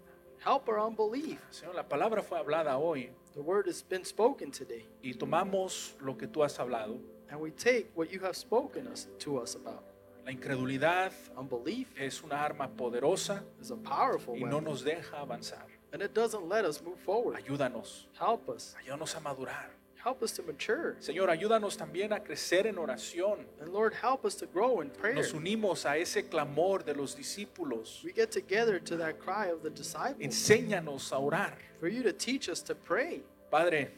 B: Help our unbelief.
C: Señor, la palabra fue hablada hoy
B: The word has been spoken today,
C: y tomamos lo que tú has hablado.
B: and we take what you have spoken us to us about.
C: La incredulidad
B: Unbelief
C: es una arma poderosa
B: is a powerful
C: y no
B: weapon,
C: nos deja avanzar.
B: and it doesn't let us move forward.
C: Ayúdanos.
B: Help us.
C: Ayúdanos a madurar.
B: Help us to mature.
C: Señor, ayúdanos también a crecer en oración.
B: And Lord, help us to grow in prayer.
C: Nos unimos a ese clamor de los discípulos.
B: We get together to that cry of the disciples
C: Enséñanos a orar.
B: for you to teach us to pray.
C: Padre,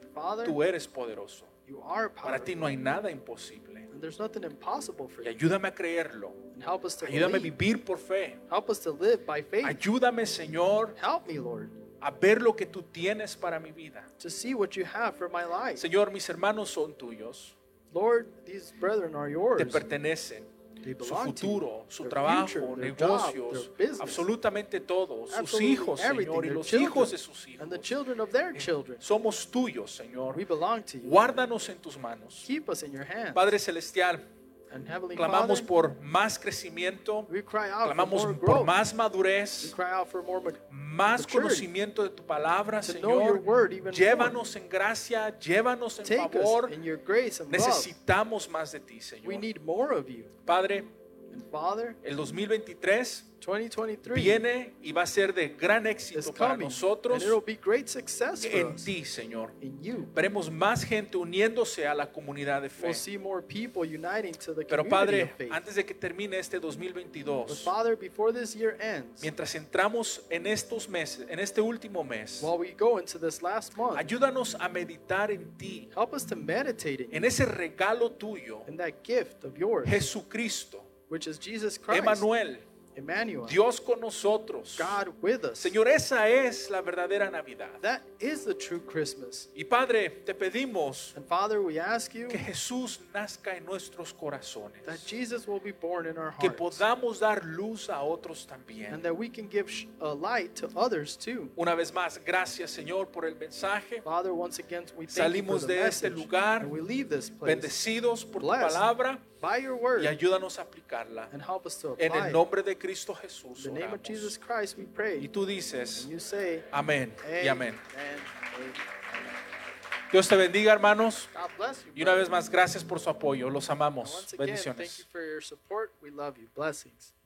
B: And Father,
C: tú eres poderoso.
B: you are
C: Para ti
B: powerful,
C: no hay nada imposible.
B: and there's nothing impossible for
C: Y
B: you.
C: ayúdame a creerlo.
B: And help us to
C: Ayúdame a
B: believe.
C: vivir por fe.
B: Help us to live by faith.
C: Ayúdame, Señor,
B: Help me, Lord,
C: a ver lo que tú tienes para mi vida.
B: to see what you have for my life.
C: Señor, mis hermanos son tuyos.
B: Lord, these brethren are
C: Te
B: yours.
C: pertenecen.
B: They
C: Su
B: belong to
C: futuro,
B: you.
C: su
B: Their
C: trabajo,
B: future, their job,
C: negocios,
B: their business,
C: absolutamente todo. Sus
B: absolutely
C: hijos,
B: everything,
C: Señor, y
B: their
C: los
B: children,
C: hijos de sus
B: and the
C: hijos.
B: children of
C: Eh,
B: their children.
C: Somos tuyos, Señor.
B: We belong to you.
C: Guárdanos en tus manos.
B: Keep us in your hands.
C: Padre Celestial,
B: and Heavenly
C: clamamos
B: Father,
C: por más crecimiento,
B: we cry out for more
C: clamamos por
B: growth.
C: más
B: we
C: madurez,
B: cry out for more ma-
C: más
B: maturity.
C: conocimiento de tu palabra,
B: To know your
C: Señor.
B: word even more.
C: Llévanos en gracia, llévanos en
B: Take
C: favor.
B: us in your grace and love.
C: Necesitamos más de ti,
B: We
C: Señor.
B: need more of you.
C: Padre,
B: And Father,
C: el 2023
B: 2023
C: viene y va a ser de gran
B: is
C: éxito para
B: coming, and
C: nosotros
B: it'll be great success for
C: en
B: us.
C: ti, Señor.
B: In you,
C: Veremos más gente uniéndose a la comunidad de fe.
B: we'll see more people uniting to the
C: Pero
B: community of
C: Padre,
B: faith.
C: antes de que termine este
B: But
C: 2022,
B: Father, before this year ends,
C: mientras entramos en estos meses, en este último mes,
B: while we go into this last month,
C: ayúdanos a meditar en ti,
B: help us to meditate in,
C: en ese regalo tuyo,
B: in that gift of yours,
C: Jesucristo,
B: which is Jesus Christ,
C: Emanuel,
B: Emmanuel,
C: Dios con nosotros.
B: God with us.
C: Señor, esa es la verdadera Navidad.
B: That is the true Christmas.
C: Y Padre, te pedimos
B: And Father, we ask you
C: que Jesús nazca en nuestros corazones,
B: that Jesus will be born in our
C: que
B: hearts,
C: podamos dar luz a otros
B: and
C: también.
B: that we can give sh- a light to others too.
C: Una vez más, gracias Señor por el mensaje,
B: Father, once again, we thank you for
C: Salimos
B: the
C: de este
B: message,
C: lugar
B: and we leave this place
C: bendecidos por tu
B: Blessed.
C: palabra
B: by your
C: y
B: word,
C: ayúdanos a aplicarla.
B: and help us to
C: En
B: apply
C: el
B: it.
C: nombre de
A: Cristo Jesús.
B: In the name of
A: oramos.
B: Jesus Christ, we
C: Y
B: pray.
C: tú dices,
B: And you say,
C: amén y amén.
B: Amen. Amen.
C: Dios te bendiga, hermanos.
B: God bless you.
C: Y una
B: brother.
C: vez más, gracias por su apoyo. Los
B: And
C: amamos.
B: Once again, thank you
C: Bendiciones.
B: for your support. We love you. Blessings.